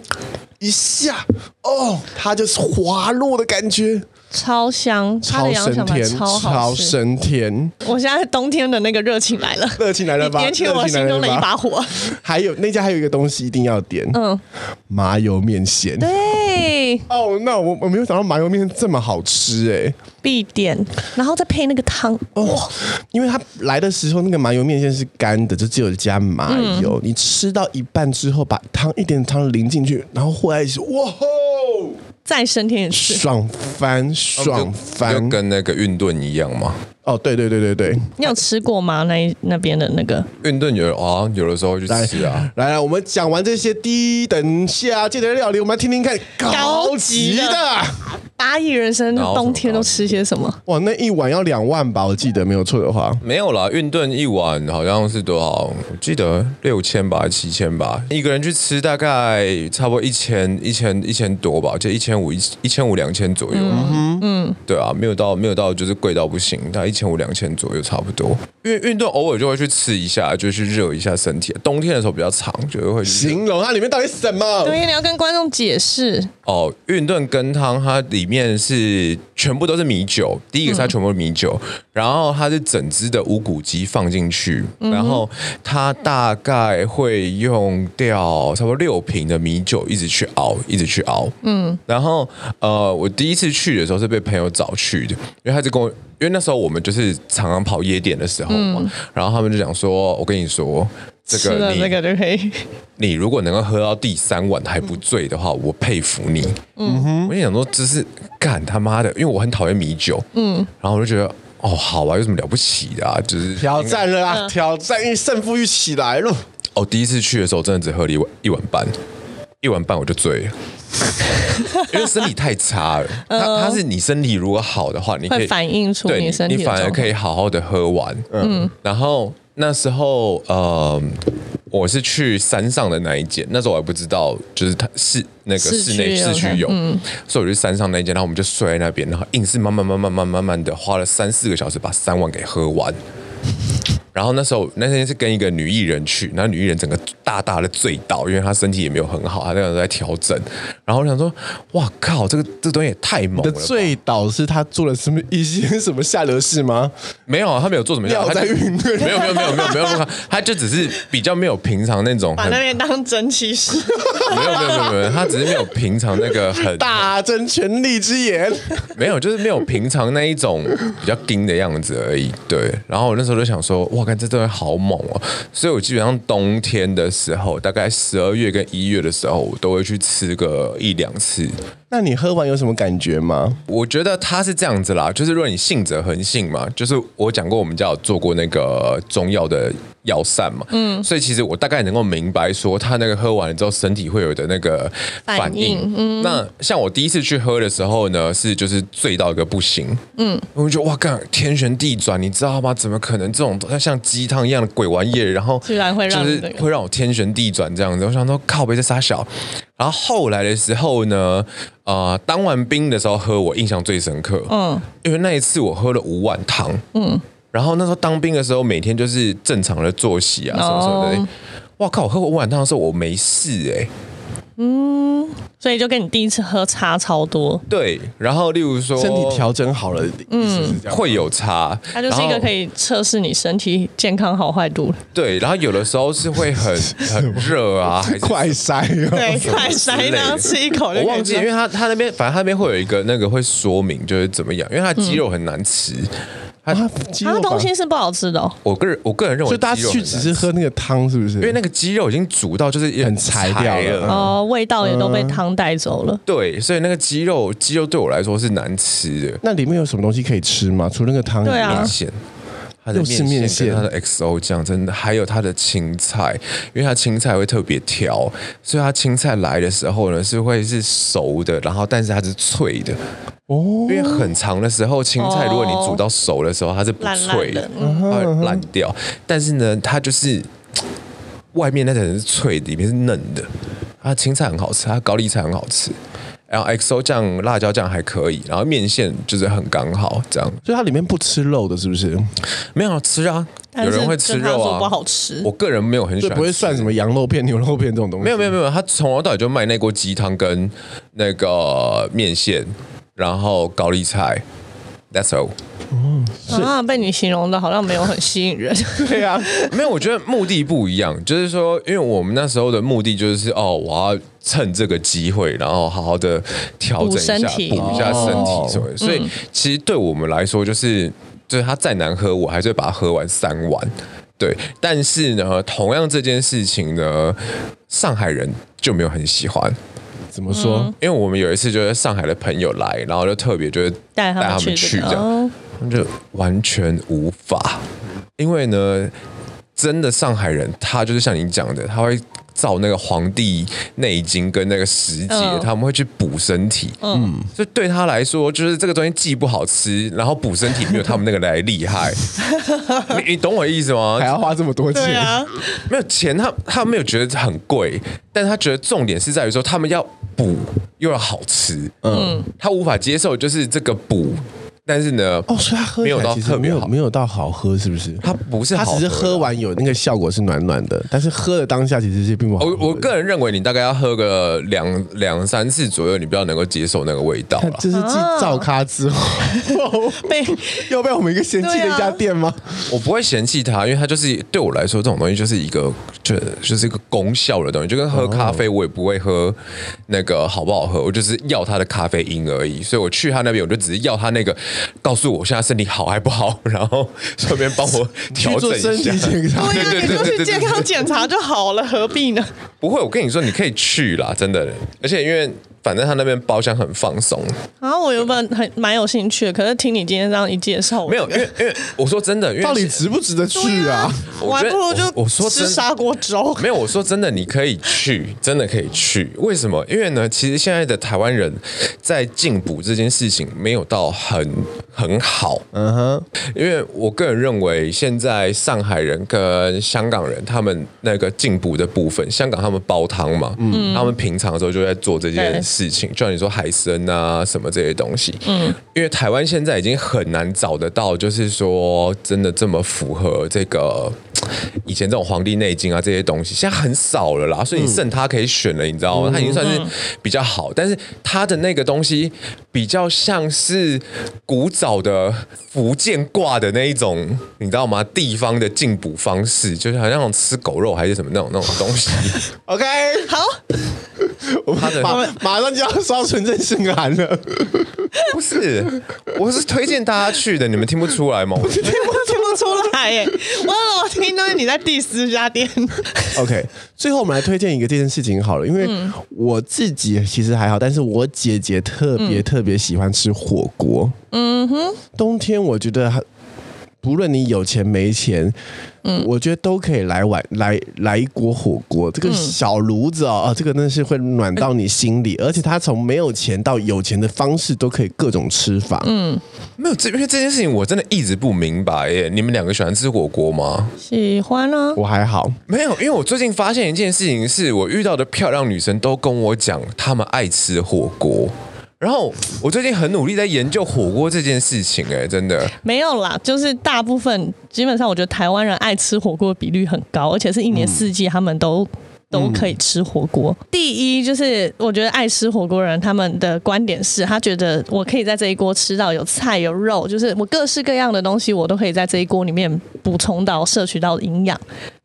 [SPEAKER 3] 一下，哦，它就是滑落的感觉，
[SPEAKER 2] 超香，它
[SPEAKER 3] 超
[SPEAKER 2] 的羊小
[SPEAKER 3] 升
[SPEAKER 2] 排
[SPEAKER 3] 天，
[SPEAKER 2] 超好
[SPEAKER 3] 超
[SPEAKER 2] 吃。
[SPEAKER 3] 升天，
[SPEAKER 2] 我现在冬天的那个热情来了，
[SPEAKER 3] 热情来了吧？
[SPEAKER 2] 点起我
[SPEAKER 3] 热情来
[SPEAKER 2] 心
[SPEAKER 3] 了
[SPEAKER 2] 中的一
[SPEAKER 3] 吧
[SPEAKER 2] 把火。
[SPEAKER 3] 还有那家还有一个东西一定要点，
[SPEAKER 2] 嗯，
[SPEAKER 3] 麻油面线。
[SPEAKER 2] 对，
[SPEAKER 3] 哦，那我我没有想到麻油面这么好吃哎、
[SPEAKER 2] 必点，然后再配那个汤，
[SPEAKER 3] 哦，因为它来的时候那个麻油面线是干的，就只有加麻油。
[SPEAKER 2] 嗯
[SPEAKER 3] 你吃到一半之后，把汤一点汤淋进去，然后和在一起，哇吼，
[SPEAKER 2] 再升天也是。
[SPEAKER 3] 爽翻爽
[SPEAKER 1] 就
[SPEAKER 3] 翻！
[SPEAKER 1] 跟那个运盾一样嘛。
[SPEAKER 3] 哦，对对对对对，
[SPEAKER 2] 你有吃过吗？那那边的那个
[SPEAKER 1] 运盾有啊，有的时候去
[SPEAKER 3] 来
[SPEAKER 1] 吃啊。
[SPEAKER 3] 来来，我们讲完这些低等下界的料理，我们来听听看高
[SPEAKER 2] 高
[SPEAKER 3] 级
[SPEAKER 2] 级
[SPEAKER 3] 的。
[SPEAKER 2] 八亿人参
[SPEAKER 1] 然后什么
[SPEAKER 2] 冬天都吃些什么？
[SPEAKER 3] 哇，那一碗要两万吧，我记得没有错的话。
[SPEAKER 1] 没有啦，运盾一碗好像是多少？我记得六千吧，七千吧，一个人去吃大概差不多一千、一千、一千多吧，就一千五、一一千五、两千左右。嗯对啊，没有到没有到就是贵到不行，大概一千五、两千左右差不多。因为运动偶尔就会去吃一下，就去热一下身体。冬天的时候比较长，就会去热
[SPEAKER 3] 形容它里面到底什么？
[SPEAKER 2] 对，你要跟观众解释。
[SPEAKER 1] 哦，运炖羹汤它里面是全部都是米酒，第一个是它
[SPEAKER 2] 嗯
[SPEAKER 1] 全部是米酒，然后它是整只的无骨鸡放进去，
[SPEAKER 2] 嗯
[SPEAKER 1] 然后它大概会用掉差不多六瓶的米酒，一直去熬，一直去熬。嗯，然后呃，我第一次去的时候是被朋友找去的，因为他就跟我。因为那时候我们就是常常跑夜店的时候嘛，然后他们就讲说：“我跟你说，这
[SPEAKER 2] 嗯吃
[SPEAKER 1] 个
[SPEAKER 2] 了
[SPEAKER 1] 你
[SPEAKER 2] 这个就可以，
[SPEAKER 1] 你如果能够喝到第三碗还不醉的话，我佩服你。嗯哼，我就想说，这是干他妈的，因为我很讨厌米酒。嗯，然后我就觉得，哦，好啊，有什么了不起的啊？就是
[SPEAKER 3] 挑战了啦，挑战欲、胜负欲起来了。
[SPEAKER 1] 哦，第一次去的时候真的只喝了一碗一碗半，一碗半我就醉 了。因为身体太差了，它它是你身体如果好的话，你可以
[SPEAKER 2] 会反映出
[SPEAKER 1] 对
[SPEAKER 2] 你身体的
[SPEAKER 1] 你反而
[SPEAKER 2] 状况
[SPEAKER 1] 可以好好的喝完。嗯，然后那时候呃，我是去山上的那一间，那时候我还不知道，就是它是那个
[SPEAKER 2] 市区
[SPEAKER 1] 室内市区
[SPEAKER 2] OK，嗯
[SPEAKER 1] 有，所以我就去山上那一间，然后我们就睡在那边，然后硬是慢慢慢慢慢慢慢慢的花了三四个小时把三碗给喝完。然后那时候那天是跟一个女艺人去，然后女艺人整个大大的醉倒，因为她身体也没有很好，她那个时候在调整。然后我想说，哇靠，这个这东西也太猛了
[SPEAKER 3] 的
[SPEAKER 1] 吧！
[SPEAKER 3] 醉倒是他做了什么一些什么下流事吗？
[SPEAKER 1] 没有啊，他没有做什么，
[SPEAKER 3] 尿
[SPEAKER 1] 他
[SPEAKER 3] 在
[SPEAKER 1] 就
[SPEAKER 3] 运动
[SPEAKER 1] 没有没有没有没有没有没有，他就只是比较没有平常那种
[SPEAKER 2] 把
[SPEAKER 1] 很
[SPEAKER 2] 那边当蒸汽室。
[SPEAKER 1] 没有没有没有没有，他只是没有平常那个很
[SPEAKER 3] 大争权力之 眼，
[SPEAKER 1] 没有，就是没有平常那一种比较硬的样子而已。对，然后我那时候就想说，哇，看这真的好猛哦！所以我基本上冬天的时候，大概十二月跟一月的时候，我都会去吃个一两次。
[SPEAKER 3] 那你喝完有什么感觉吗？
[SPEAKER 1] 我觉得他是这样子啦，就是如果你信者恒信嘛，就是我讲过我们家有做过那个中药的药膳嘛，嗯，所以其实我大概能够明白说他那个喝完了之后身体会有的那个
[SPEAKER 2] 反
[SPEAKER 1] 反应。
[SPEAKER 2] 应嗯
[SPEAKER 1] 那像我第一次去喝的时候呢，是就是醉到一个不行，嗯，我就觉得哇，干天旋地转，你知道吗？怎么可能这种像鸡汤一样的鬼玩意儿，然后
[SPEAKER 2] 居然会让
[SPEAKER 1] 就
[SPEAKER 2] 你
[SPEAKER 1] 是
[SPEAKER 2] 那个
[SPEAKER 1] 会让我天旋地转这样子。我想说靠北在傻小。然后后来的时候呢，呃，当完兵的时候喝，我印象最深刻。嗯，因为那一次我喝了五碗汤。嗯，然后那时候当兵的时候，每天就是正常的作息啊，什么什么的。
[SPEAKER 2] 哦
[SPEAKER 1] 哇靠！我喝五碗汤的时候我没事哎、
[SPEAKER 2] 所以就跟你第一次喝差超多。
[SPEAKER 1] 对，然后例如说
[SPEAKER 3] 身体调整好了，嗯，
[SPEAKER 1] 会有差，
[SPEAKER 2] 它就是一
[SPEAKER 1] 然
[SPEAKER 2] 个
[SPEAKER 1] 后
[SPEAKER 2] 可以测试你身体健康好 坏度。
[SPEAKER 1] 对，然后有的时候是会 很很热啊，还是
[SPEAKER 3] 快塞 哦，
[SPEAKER 2] 对，快
[SPEAKER 1] 之
[SPEAKER 2] 塞，
[SPEAKER 1] 类的
[SPEAKER 2] 然后吃一
[SPEAKER 1] 我
[SPEAKER 2] 口就可以
[SPEAKER 1] 忘记，
[SPEAKER 2] 知道
[SPEAKER 1] 因为他他那边反正他那边会有一个那个会说明就是怎么样，因为他肌肉很难吃。他
[SPEAKER 3] 啊，
[SPEAKER 2] 啊，东
[SPEAKER 3] 东
[SPEAKER 2] 西
[SPEAKER 3] 西，
[SPEAKER 2] 是不好吃的、哦，
[SPEAKER 1] 我个人我个人认为，
[SPEAKER 3] 所以大家去只是，喝那个汤，是不是？
[SPEAKER 1] 因为那个鸡肉已经煮到就是
[SPEAKER 3] 很柴掉了嗯
[SPEAKER 1] 了。
[SPEAKER 2] 哦，味道也都被汤带走了。
[SPEAKER 1] 对，所以那个鸡肉鸡肉对我来说是难吃的。
[SPEAKER 3] 那里面有什么东西可以吃吗？除了那个汤以
[SPEAKER 2] 对啊
[SPEAKER 3] 外
[SPEAKER 1] 面，线，它的
[SPEAKER 3] 又是面
[SPEAKER 1] 面
[SPEAKER 3] 线
[SPEAKER 1] 线，它的 XO 酱真的，还有它的青菜，因为它青菜会特别挑，所以它青菜来的时候呢是会是熟的，然后但是它是脆的。哦，因为很长的时候，青菜如果你煮到熟的时候，它是不
[SPEAKER 2] 烂烂
[SPEAKER 1] 脆
[SPEAKER 2] 的嗯
[SPEAKER 1] 它会烂掉。但是呢，它就是外面那层是脆的，里面是嫩的。它青菜很好吃，它高丽菜很好吃，然后 XO 酱、辣椒酱还可以，然后面线就是很刚好这样。
[SPEAKER 3] 所以它里面不吃肉的，是不是？
[SPEAKER 1] 没有吃啊，
[SPEAKER 2] 但
[SPEAKER 1] 有
[SPEAKER 2] 是
[SPEAKER 1] 人会吃
[SPEAKER 2] 跟他
[SPEAKER 1] 肉
[SPEAKER 2] 说
[SPEAKER 1] 啊，
[SPEAKER 2] 不好吃
[SPEAKER 1] 我个人没有很喜
[SPEAKER 3] 就
[SPEAKER 1] 欢，
[SPEAKER 3] 不会算什。么羊肉片、牛肉片这种东西。
[SPEAKER 1] 没有没有没有，他从头到尾就卖那锅鸡汤跟那个面线，然后高丽菜。That's all。
[SPEAKER 2] 啊，被你形容的好像没有很吸引人。
[SPEAKER 3] 对啊，
[SPEAKER 1] 没有，我觉得目的不一样，就是说，因为我们那时候的目的就是哦，我要趁这个机会，然后好好的调整一下，
[SPEAKER 2] 补身
[SPEAKER 1] 补
[SPEAKER 2] 体
[SPEAKER 1] 一下身
[SPEAKER 3] 哦
[SPEAKER 1] 体什么的。所以、其实对我们来说，就是就是它再难喝，我还是会把它喝完三碗。对，但是呢，同样这件事情呢，上海人就没有很喜欢。
[SPEAKER 3] 怎么说？
[SPEAKER 1] 因为我们有一次就是上海的朋友来，然后就特别就是
[SPEAKER 2] 带他们
[SPEAKER 1] 们
[SPEAKER 2] 去
[SPEAKER 1] 去
[SPEAKER 2] 这个
[SPEAKER 1] 这样
[SPEAKER 2] 哦，
[SPEAKER 1] 他们就完全无法，因为呢，真的上海人他就是像你讲的，他会。照那个《黄帝内经》跟那个十节，
[SPEAKER 2] 嗯
[SPEAKER 1] 他们会去补身体。嗯，所以对他来说，就是这个东西既不好吃，然后补身体没有他们那个来厉 害。你你懂我意思吗？
[SPEAKER 3] 还要花这么多
[SPEAKER 2] 对
[SPEAKER 3] 钱？
[SPEAKER 2] 啊，
[SPEAKER 1] 没有钱他，他没有觉得很贵，但他觉得重点是在于说他们要补又要好吃，嗯，他无法接受就是这个补，但是呢，
[SPEAKER 3] 哦，所以它喝
[SPEAKER 1] 没
[SPEAKER 3] 起
[SPEAKER 1] 有
[SPEAKER 3] 来
[SPEAKER 1] 到
[SPEAKER 3] 其实
[SPEAKER 1] 特
[SPEAKER 3] 没
[SPEAKER 1] 别
[SPEAKER 3] 有
[SPEAKER 1] 好，
[SPEAKER 3] 没有到好喝，是不是？
[SPEAKER 1] 它不是
[SPEAKER 3] 它
[SPEAKER 1] 好
[SPEAKER 3] 只是
[SPEAKER 1] 喝的
[SPEAKER 3] 喝完有那个效果是暖暖的，但是喝的当下其实是并不好喝的。
[SPEAKER 1] 我我个人认为你大概要喝个两两三次左右，你比较能够接受那个味道
[SPEAKER 3] 看
[SPEAKER 1] 了。
[SPEAKER 3] 这是继造咖之后，
[SPEAKER 2] 被
[SPEAKER 3] 又被我们一个嫌弃的一家店吗？
[SPEAKER 1] 我不会嫌弃它，因为它就是对我来说，这种东西就是一个就就是一个功效的东西，就跟喝咖啡，我也不会喝那个好不好喝，我就是要它的咖啡因而已。所以我去他那边，我就只是要他那个告诉我现在身体好还不好，然后顺便帮我
[SPEAKER 3] 去
[SPEAKER 1] 调整
[SPEAKER 3] 做身
[SPEAKER 1] 一下
[SPEAKER 3] 体。检查，
[SPEAKER 2] 对
[SPEAKER 1] 对
[SPEAKER 2] 啊，
[SPEAKER 1] 对
[SPEAKER 2] 你
[SPEAKER 1] 对
[SPEAKER 2] 就
[SPEAKER 1] 对对
[SPEAKER 2] 去健
[SPEAKER 1] 对
[SPEAKER 2] 康检查就好了，何必呢？
[SPEAKER 1] 不会，我跟你说，你可以去啦，真的。而且因为反正他那边包厢很放松，
[SPEAKER 2] 然后我原本很蛮有兴趣的，可是听你今天这样一介绍，我
[SPEAKER 1] 没有，因为因为我说真的，因为
[SPEAKER 3] 到底值不值得去啊？
[SPEAKER 1] 我
[SPEAKER 2] 我还
[SPEAKER 1] 觉得
[SPEAKER 2] 不如就
[SPEAKER 1] 我我说真
[SPEAKER 2] 吃砂锅粥。
[SPEAKER 1] 没有，我说真的，你可以去，真的可以去。为什么？因为呢，其实现在的台湾人在进补这件事情没有到很很好。嗯哼，因为我个人认为，现在上海人跟香港人他们那个进补的部分，香港他们煲汤嘛，嗯，他们平常的时候就在做这件
[SPEAKER 2] 对
[SPEAKER 1] 事情，就像你说海参啊什么这些东西，嗯，因为台湾现在已经很难找得到，就是说真的这么符合这个以前这种《黄帝内经》啊这些东西，现在很少了啦，所以你剩它可以选了，你知道吗？它已经算是比较好，但是它的那个东西比较像是古早的福建挂的那一种，你知道吗？地方的进补方式，就是好像吃狗肉还是什么那种那种东西。
[SPEAKER 3] OK，
[SPEAKER 2] 好，
[SPEAKER 3] 我们
[SPEAKER 1] 他的
[SPEAKER 3] 马马上就要刷纯正性函了，
[SPEAKER 1] 不是，我是推荐大家去的，你们听不出来吗？我
[SPEAKER 2] 听不出来 耶，我老听都是你在 diss 这家店。
[SPEAKER 3] OK，最后我们来推荐一个这件事情好了，因为我自己其实还好，但是我姐姐特别特别喜欢吃火锅。嗯哼，冬天我觉得她不论你有钱没钱，嗯，我觉得都可以来碗来来一锅火锅。这个小炉子哦，啊，这个真的是会暖到你心里，而且它从没有钱到有钱的方式都可以各种吃法。嗯，
[SPEAKER 1] 没有这，因为这件事情我真的一直不明白耶。你们两个喜欢吃火锅吗？
[SPEAKER 2] 喜欢啊，
[SPEAKER 3] 我还好，
[SPEAKER 1] 没有，因为我最近发现一件事情是，我遇到的漂亮女生都跟我讲她们爱吃火锅。然后我最近很努力在研究火锅这件事情，哎，真的，
[SPEAKER 2] 没有啦，就是大部分基本上，我觉得台湾人爱吃火锅的比率很高，而且是一年四季他们都都可以吃火锅。第一就是我觉得爱吃火锅的人，他们的观点是他觉得我可以在这一锅吃到有菜有肉，就是我各式各样的东西，我都可以在这一锅里面补充到摄取到营养。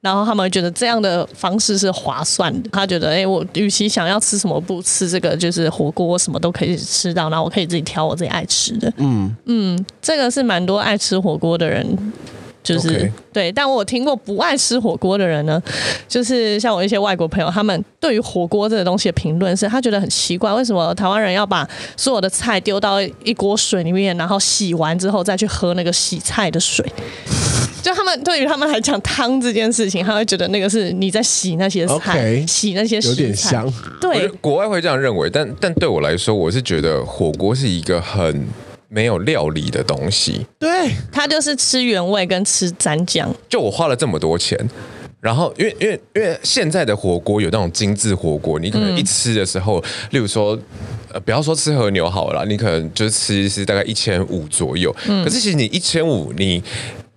[SPEAKER 2] 然后他们觉得这样的方式是划算的，他觉得哎、诶我与其想要吃什么，不如吃这个，就是火锅什么都可以吃到，然后我可以自己挑我自己爱吃的。嗯嗯，这个是蛮多爱吃火锅的人就是
[SPEAKER 1] OK
[SPEAKER 2] 对，但我有听过不爱吃火锅的人呢，就是像我一些外国朋友，他们对于火锅这个东西的评论是，他觉得很奇怪，为什么台湾人要把所有的菜丢到一锅水里面，然后洗完之后再去喝那个洗菜的水？ 就他们对于他们来讲汤这件事情，他会觉得那个是你在洗那些菜
[SPEAKER 3] OK
[SPEAKER 2] 洗那些
[SPEAKER 3] 有点
[SPEAKER 2] 食材
[SPEAKER 3] 香。
[SPEAKER 1] 我觉得，
[SPEAKER 2] 对
[SPEAKER 1] 国外会这样认为，但但对我来说，我是觉得火锅是一个很没有料理的东西。
[SPEAKER 3] 对，
[SPEAKER 2] 他就是吃原味跟吃蘸 酱，
[SPEAKER 1] 就我花了这么多钱，然后因为因为因为现在的火锅有那种精致火锅，你可能一吃的时候，例如说。呃，不要说吃和牛好了啦，你可能就是吃一吃大概一千五左右。可是其实你一千五，你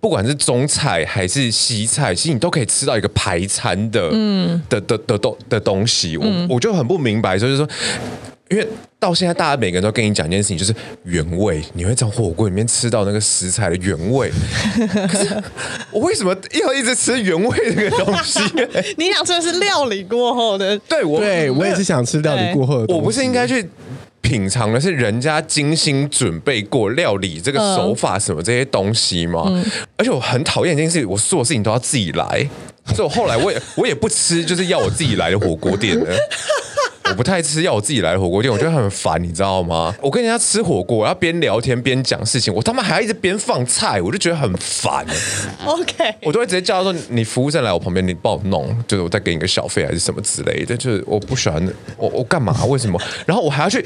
[SPEAKER 1] 不管是中菜还是西菜，其实你都可以吃到一个排餐的，嗯，的的的东的东西。我、我就很不明白，所以就是说，因为到现在大家每个人都跟你讲一件事情，就是原味，你会从火锅里面吃到那个食材的原味。我为什么要一直吃原味这个东 西？
[SPEAKER 2] 你想吃的是料理过后的
[SPEAKER 1] 对我，
[SPEAKER 3] 对我也是想吃料理过后的东西，
[SPEAKER 1] 我不是应该去品尝的是人家精心准备过料理这个手法什么这些东西吗？
[SPEAKER 3] 嗯
[SPEAKER 1] 而且我很讨厌一件事，我所有事情都要自己来，所以我后来我也我也不吃，就是要我自己来的火锅店了。我不太吃要我自己来的火锅店，我觉得很烦，你知道吗？我跟人家吃火锅，我要边聊天边讲事情，我他妈还要一直边放菜，我就觉得很烦。
[SPEAKER 2] OK。
[SPEAKER 1] 我都会直接叫他说：“你服务生来我旁边，你帮我弄，就是我再给你个小费还是什么之类的。”就是我不喜欢，我我干嘛？为什么？然后我还要去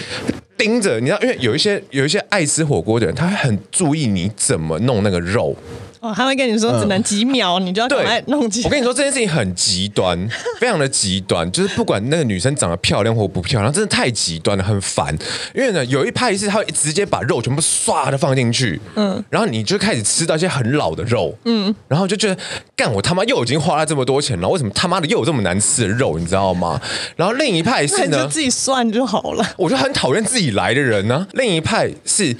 [SPEAKER 1] 盯着，你知道，因为有一些有一些爱吃火锅的人，他会很注意你怎么弄那个肉。
[SPEAKER 2] 哦，他会跟你说只能几秒，你就要赶快
[SPEAKER 1] 对，
[SPEAKER 2] 弄起来。
[SPEAKER 1] 我跟你说这件事情很极 端，非常的极端，就是不管那个女生长得漂亮或不漂亮，真的太极端了，很烦。因为呢，有一派是她会直接把肉全部唰的放进去，嗯，然后你就开始吃到一些很老的肉，嗯，然后就觉得干我他妈又已经花了这么多钱了，为什么他妈的又有这么难吃的肉，你知道吗？然后另一派
[SPEAKER 2] 那
[SPEAKER 1] 是
[SPEAKER 2] 你就
[SPEAKER 1] 呢，
[SPEAKER 2] 自己算就好了。
[SPEAKER 1] 我就很讨厌自己来的人呢、另一派是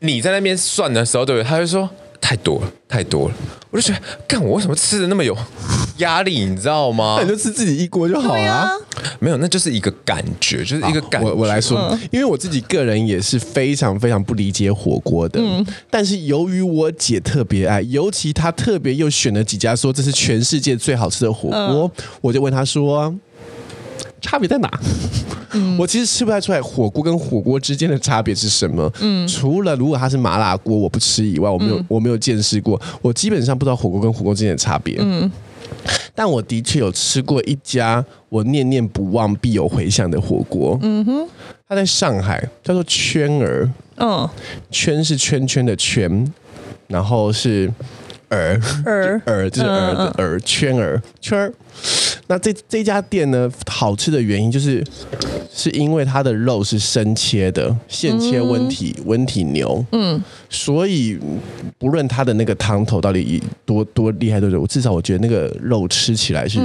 [SPEAKER 1] 你在那边算的时候，对不对？他就说太多了，太多了。我就觉得，干我为什么吃的那么有压力，你知道吗
[SPEAKER 3] 那你？就吃自己一锅就好
[SPEAKER 2] 对啊
[SPEAKER 3] 啦。，
[SPEAKER 1] 没有，那就是一个感觉，就是一个感觉。
[SPEAKER 3] 我我来说，因为我自己个人也是非常非常不理解火锅的，但是由于我姐特别爱，尤其她特别又选了几家说这是全世界最好吃的火锅，我就问她说。差别在哪？我其实吃不太出来火锅跟火锅之间的差别是什么。嗯，除了如果它是麻辣锅我不吃以外，我没有、我没有见识过，我基本上不知道火锅跟火锅之间的差别。嗯，但我的确有吃过一家我念念不忘必有回响的火锅。嗯哼，它在上海叫做圈儿，
[SPEAKER 2] 嗯，
[SPEAKER 3] 圈是圈圈的圈，然后是儿
[SPEAKER 2] 儿
[SPEAKER 3] 儿嗯就是儿的儿圈儿圈儿。那这这家店呢，好吃的原因就是是因为它的肉是生切的，现切温体、温体牛，嗯，所以不论它的那个汤头到底多多厉害多久，至少我觉得那个肉吃起来是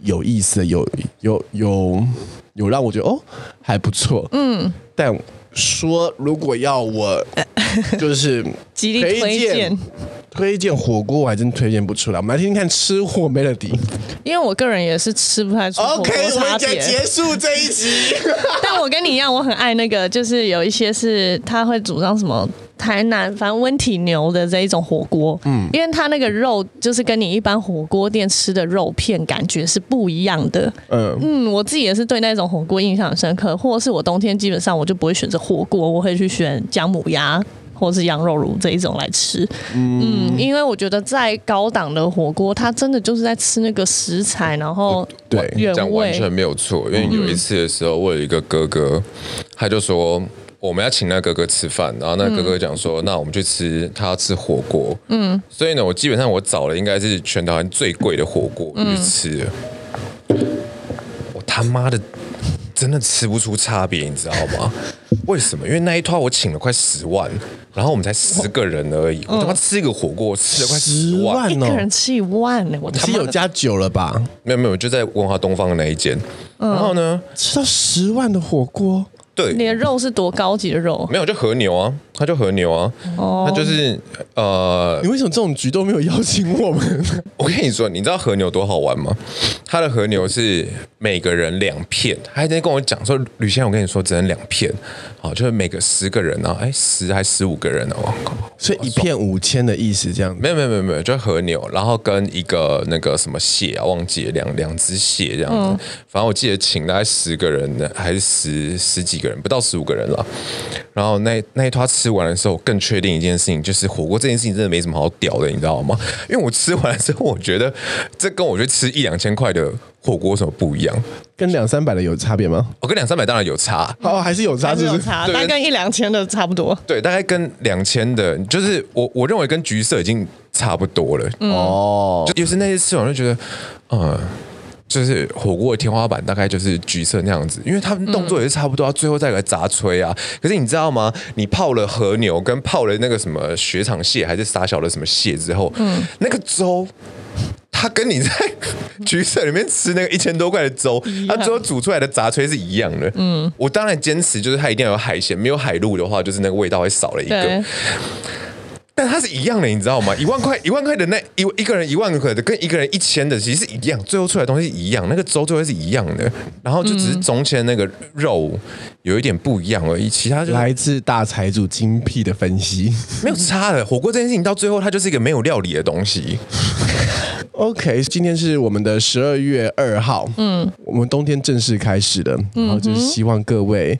[SPEAKER 3] 有意思的，有有有有让我觉得哦还不错，嗯，但说如果要 我就是
[SPEAKER 2] 极力推荐，
[SPEAKER 3] 推荐火锅，我还真推荐不出来。我们来听听看吃货 Melody。
[SPEAKER 2] 因为我个人也是吃不太出火锅
[SPEAKER 3] OK，我们
[SPEAKER 2] 差
[SPEAKER 3] 就
[SPEAKER 2] 别。
[SPEAKER 3] 结束这一集。
[SPEAKER 2] 但我跟你一样，我很爱那个，就是有一些是他会主张什么台南反正温体牛的这一种火锅，嗯，因为它那个肉就是跟你一般火锅店吃的肉片感觉是不一样的。
[SPEAKER 3] 嗯，
[SPEAKER 2] 嗯，我自己也是对那种火锅印象很深刻，或者是我冬天基本上我就不会选择火锅，我会去选姜母鸭。或是羊肉炉这一种来吃，嗯，因为我觉得在高档的火锅，它真的就是在吃那个食材，然后
[SPEAKER 3] 哦对
[SPEAKER 2] 原
[SPEAKER 1] 这样完
[SPEAKER 2] 味，
[SPEAKER 1] 全没有错。因为嗯有一次的时候，我有一个哥哥，他就说我们要请那哥哥吃饭，然后那哥哥讲说，那我们去吃，他要吃火锅。嗯，所以呢，我基本上我找了应该是全台嗯湾最贵的火锅我去吃了。我他妈的真的吃不出差别，你知道吗？为什么？因为那一套我请了快十万，然后我们才十个人而已，我他妈吃一个火锅吃了快嗯十
[SPEAKER 3] 十
[SPEAKER 1] 万，
[SPEAKER 3] 万
[SPEAKER 2] 一
[SPEAKER 3] 哦
[SPEAKER 2] 个，人吃一万呢，我他
[SPEAKER 3] 其
[SPEAKER 2] 妈
[SPEAKER 3] 实有
[SPEAKER 2] 的
[SPEAKER 3] 加酒了吧？
[SPEAKER 1] 没有没有，就在文华东方的那一间。然后呢，
[SPEAKER 3] 吃到十万的火锅，
[SPEAKER 1] 对，
[SPEAKER 2] 你的肉是多高级的
[SPEAKER 3] 嗯
[SPEAKER 2] 肉？
[SPEAKER 1] 没有就和牛啊，他就和牛啊，他就是呃，
[SPEAKER 3] 你为什么这种局都没有邀请我们？
[SPEAKER 1] 我跟你说，你知道和牛多好玩吗？它的和牛是每个人两片，他还在跟我讲说，吕先生，我跟你说只能两片，好，就是每个十个人啊，哎，十还十五个人哦、
[SPEAKER 3] 所以一片五千的意思，这样子。
[SPEAKER 1] 没有没有没有没有，就和牛，然后跟一个那个什么蟹啊，忘记了两两只蟹这样子。反正我记得请大概十个人的，还是十十几个人，不到十五个人了。然后那那一坨吃完的时候，我更确定一件事情，就是火锅这件事情真的没什么好屌的，你知道吗？因为我吃完之后，我觉得这跟我去吃一两千块的火锅有什么不一样？
[SPEAKER 3] 跟两三百的有差别吗？
[SPEAKER 1] 我跟两三百当然有差，
[SPEAKER 3] 哦，还是有差，
[SPEAKER 2] 还是
[SPEAKER 3] 是
[SPEAKER 2] 有
[SPEAKER 3] 不是？
[SPEAKER 2] 差，
[SPEAKER 1] 对
[SPEAKER 2] 大概一两千的差不多。
[SPEAKER 1] 对，大概跟两千的，就是我我认为跟橘色已经差不多了。
[SPEAKER 3] 哦，
[SPEAKER 1] 嗯就尤其那些吃完就觉得，呃，就是火锅的天花板大概就是橘色那样子，因为他们动作也是差不多，到最后再来杂炊啊。可是你知道吗？你泡了和牛跟泡了那个什么雪场蟹还是傻小的什么蟹之后，嗯那个粥。它跟你在 橘色里面吃那个一千多块的粥，它最后煮出来的杂炊是一样的。嗯，我当然坚持就是它一定要有海鲜，没有海陆的话，就是那个味道会少了一个
[SPEAKER 2] 对。，
[SPEAKER 1] 但它是一样的，你知道吗？一万块， 一万块的那一一个人一万块的，跟一个人一千的其实是一样，最后出来的东西一样，那个粥最后是一样的，然后就只是中间那个肉有一点不一样而已，其他就
[SPEAKER 3] 来自大财主精辟的分析。
[SPEAKER 1] 没有差的。火锅这件事情到最后它就是一个没有料理的东西，
[SPEAKER 3] OK，今天是我们的十二月二号，嗯，我们冬天正式开始了，然后就是希望各位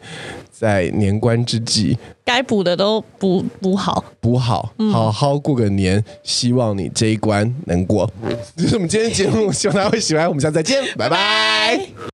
[SPEAKER 3] 在年关之际
[SPEAKER 2] 该补的都补补好。
[SPEAKER 3] 补好，好好过个年，希望你这一关能过。这是我们今天的节目，希望大家会喜欢，我们下次再见，拜拜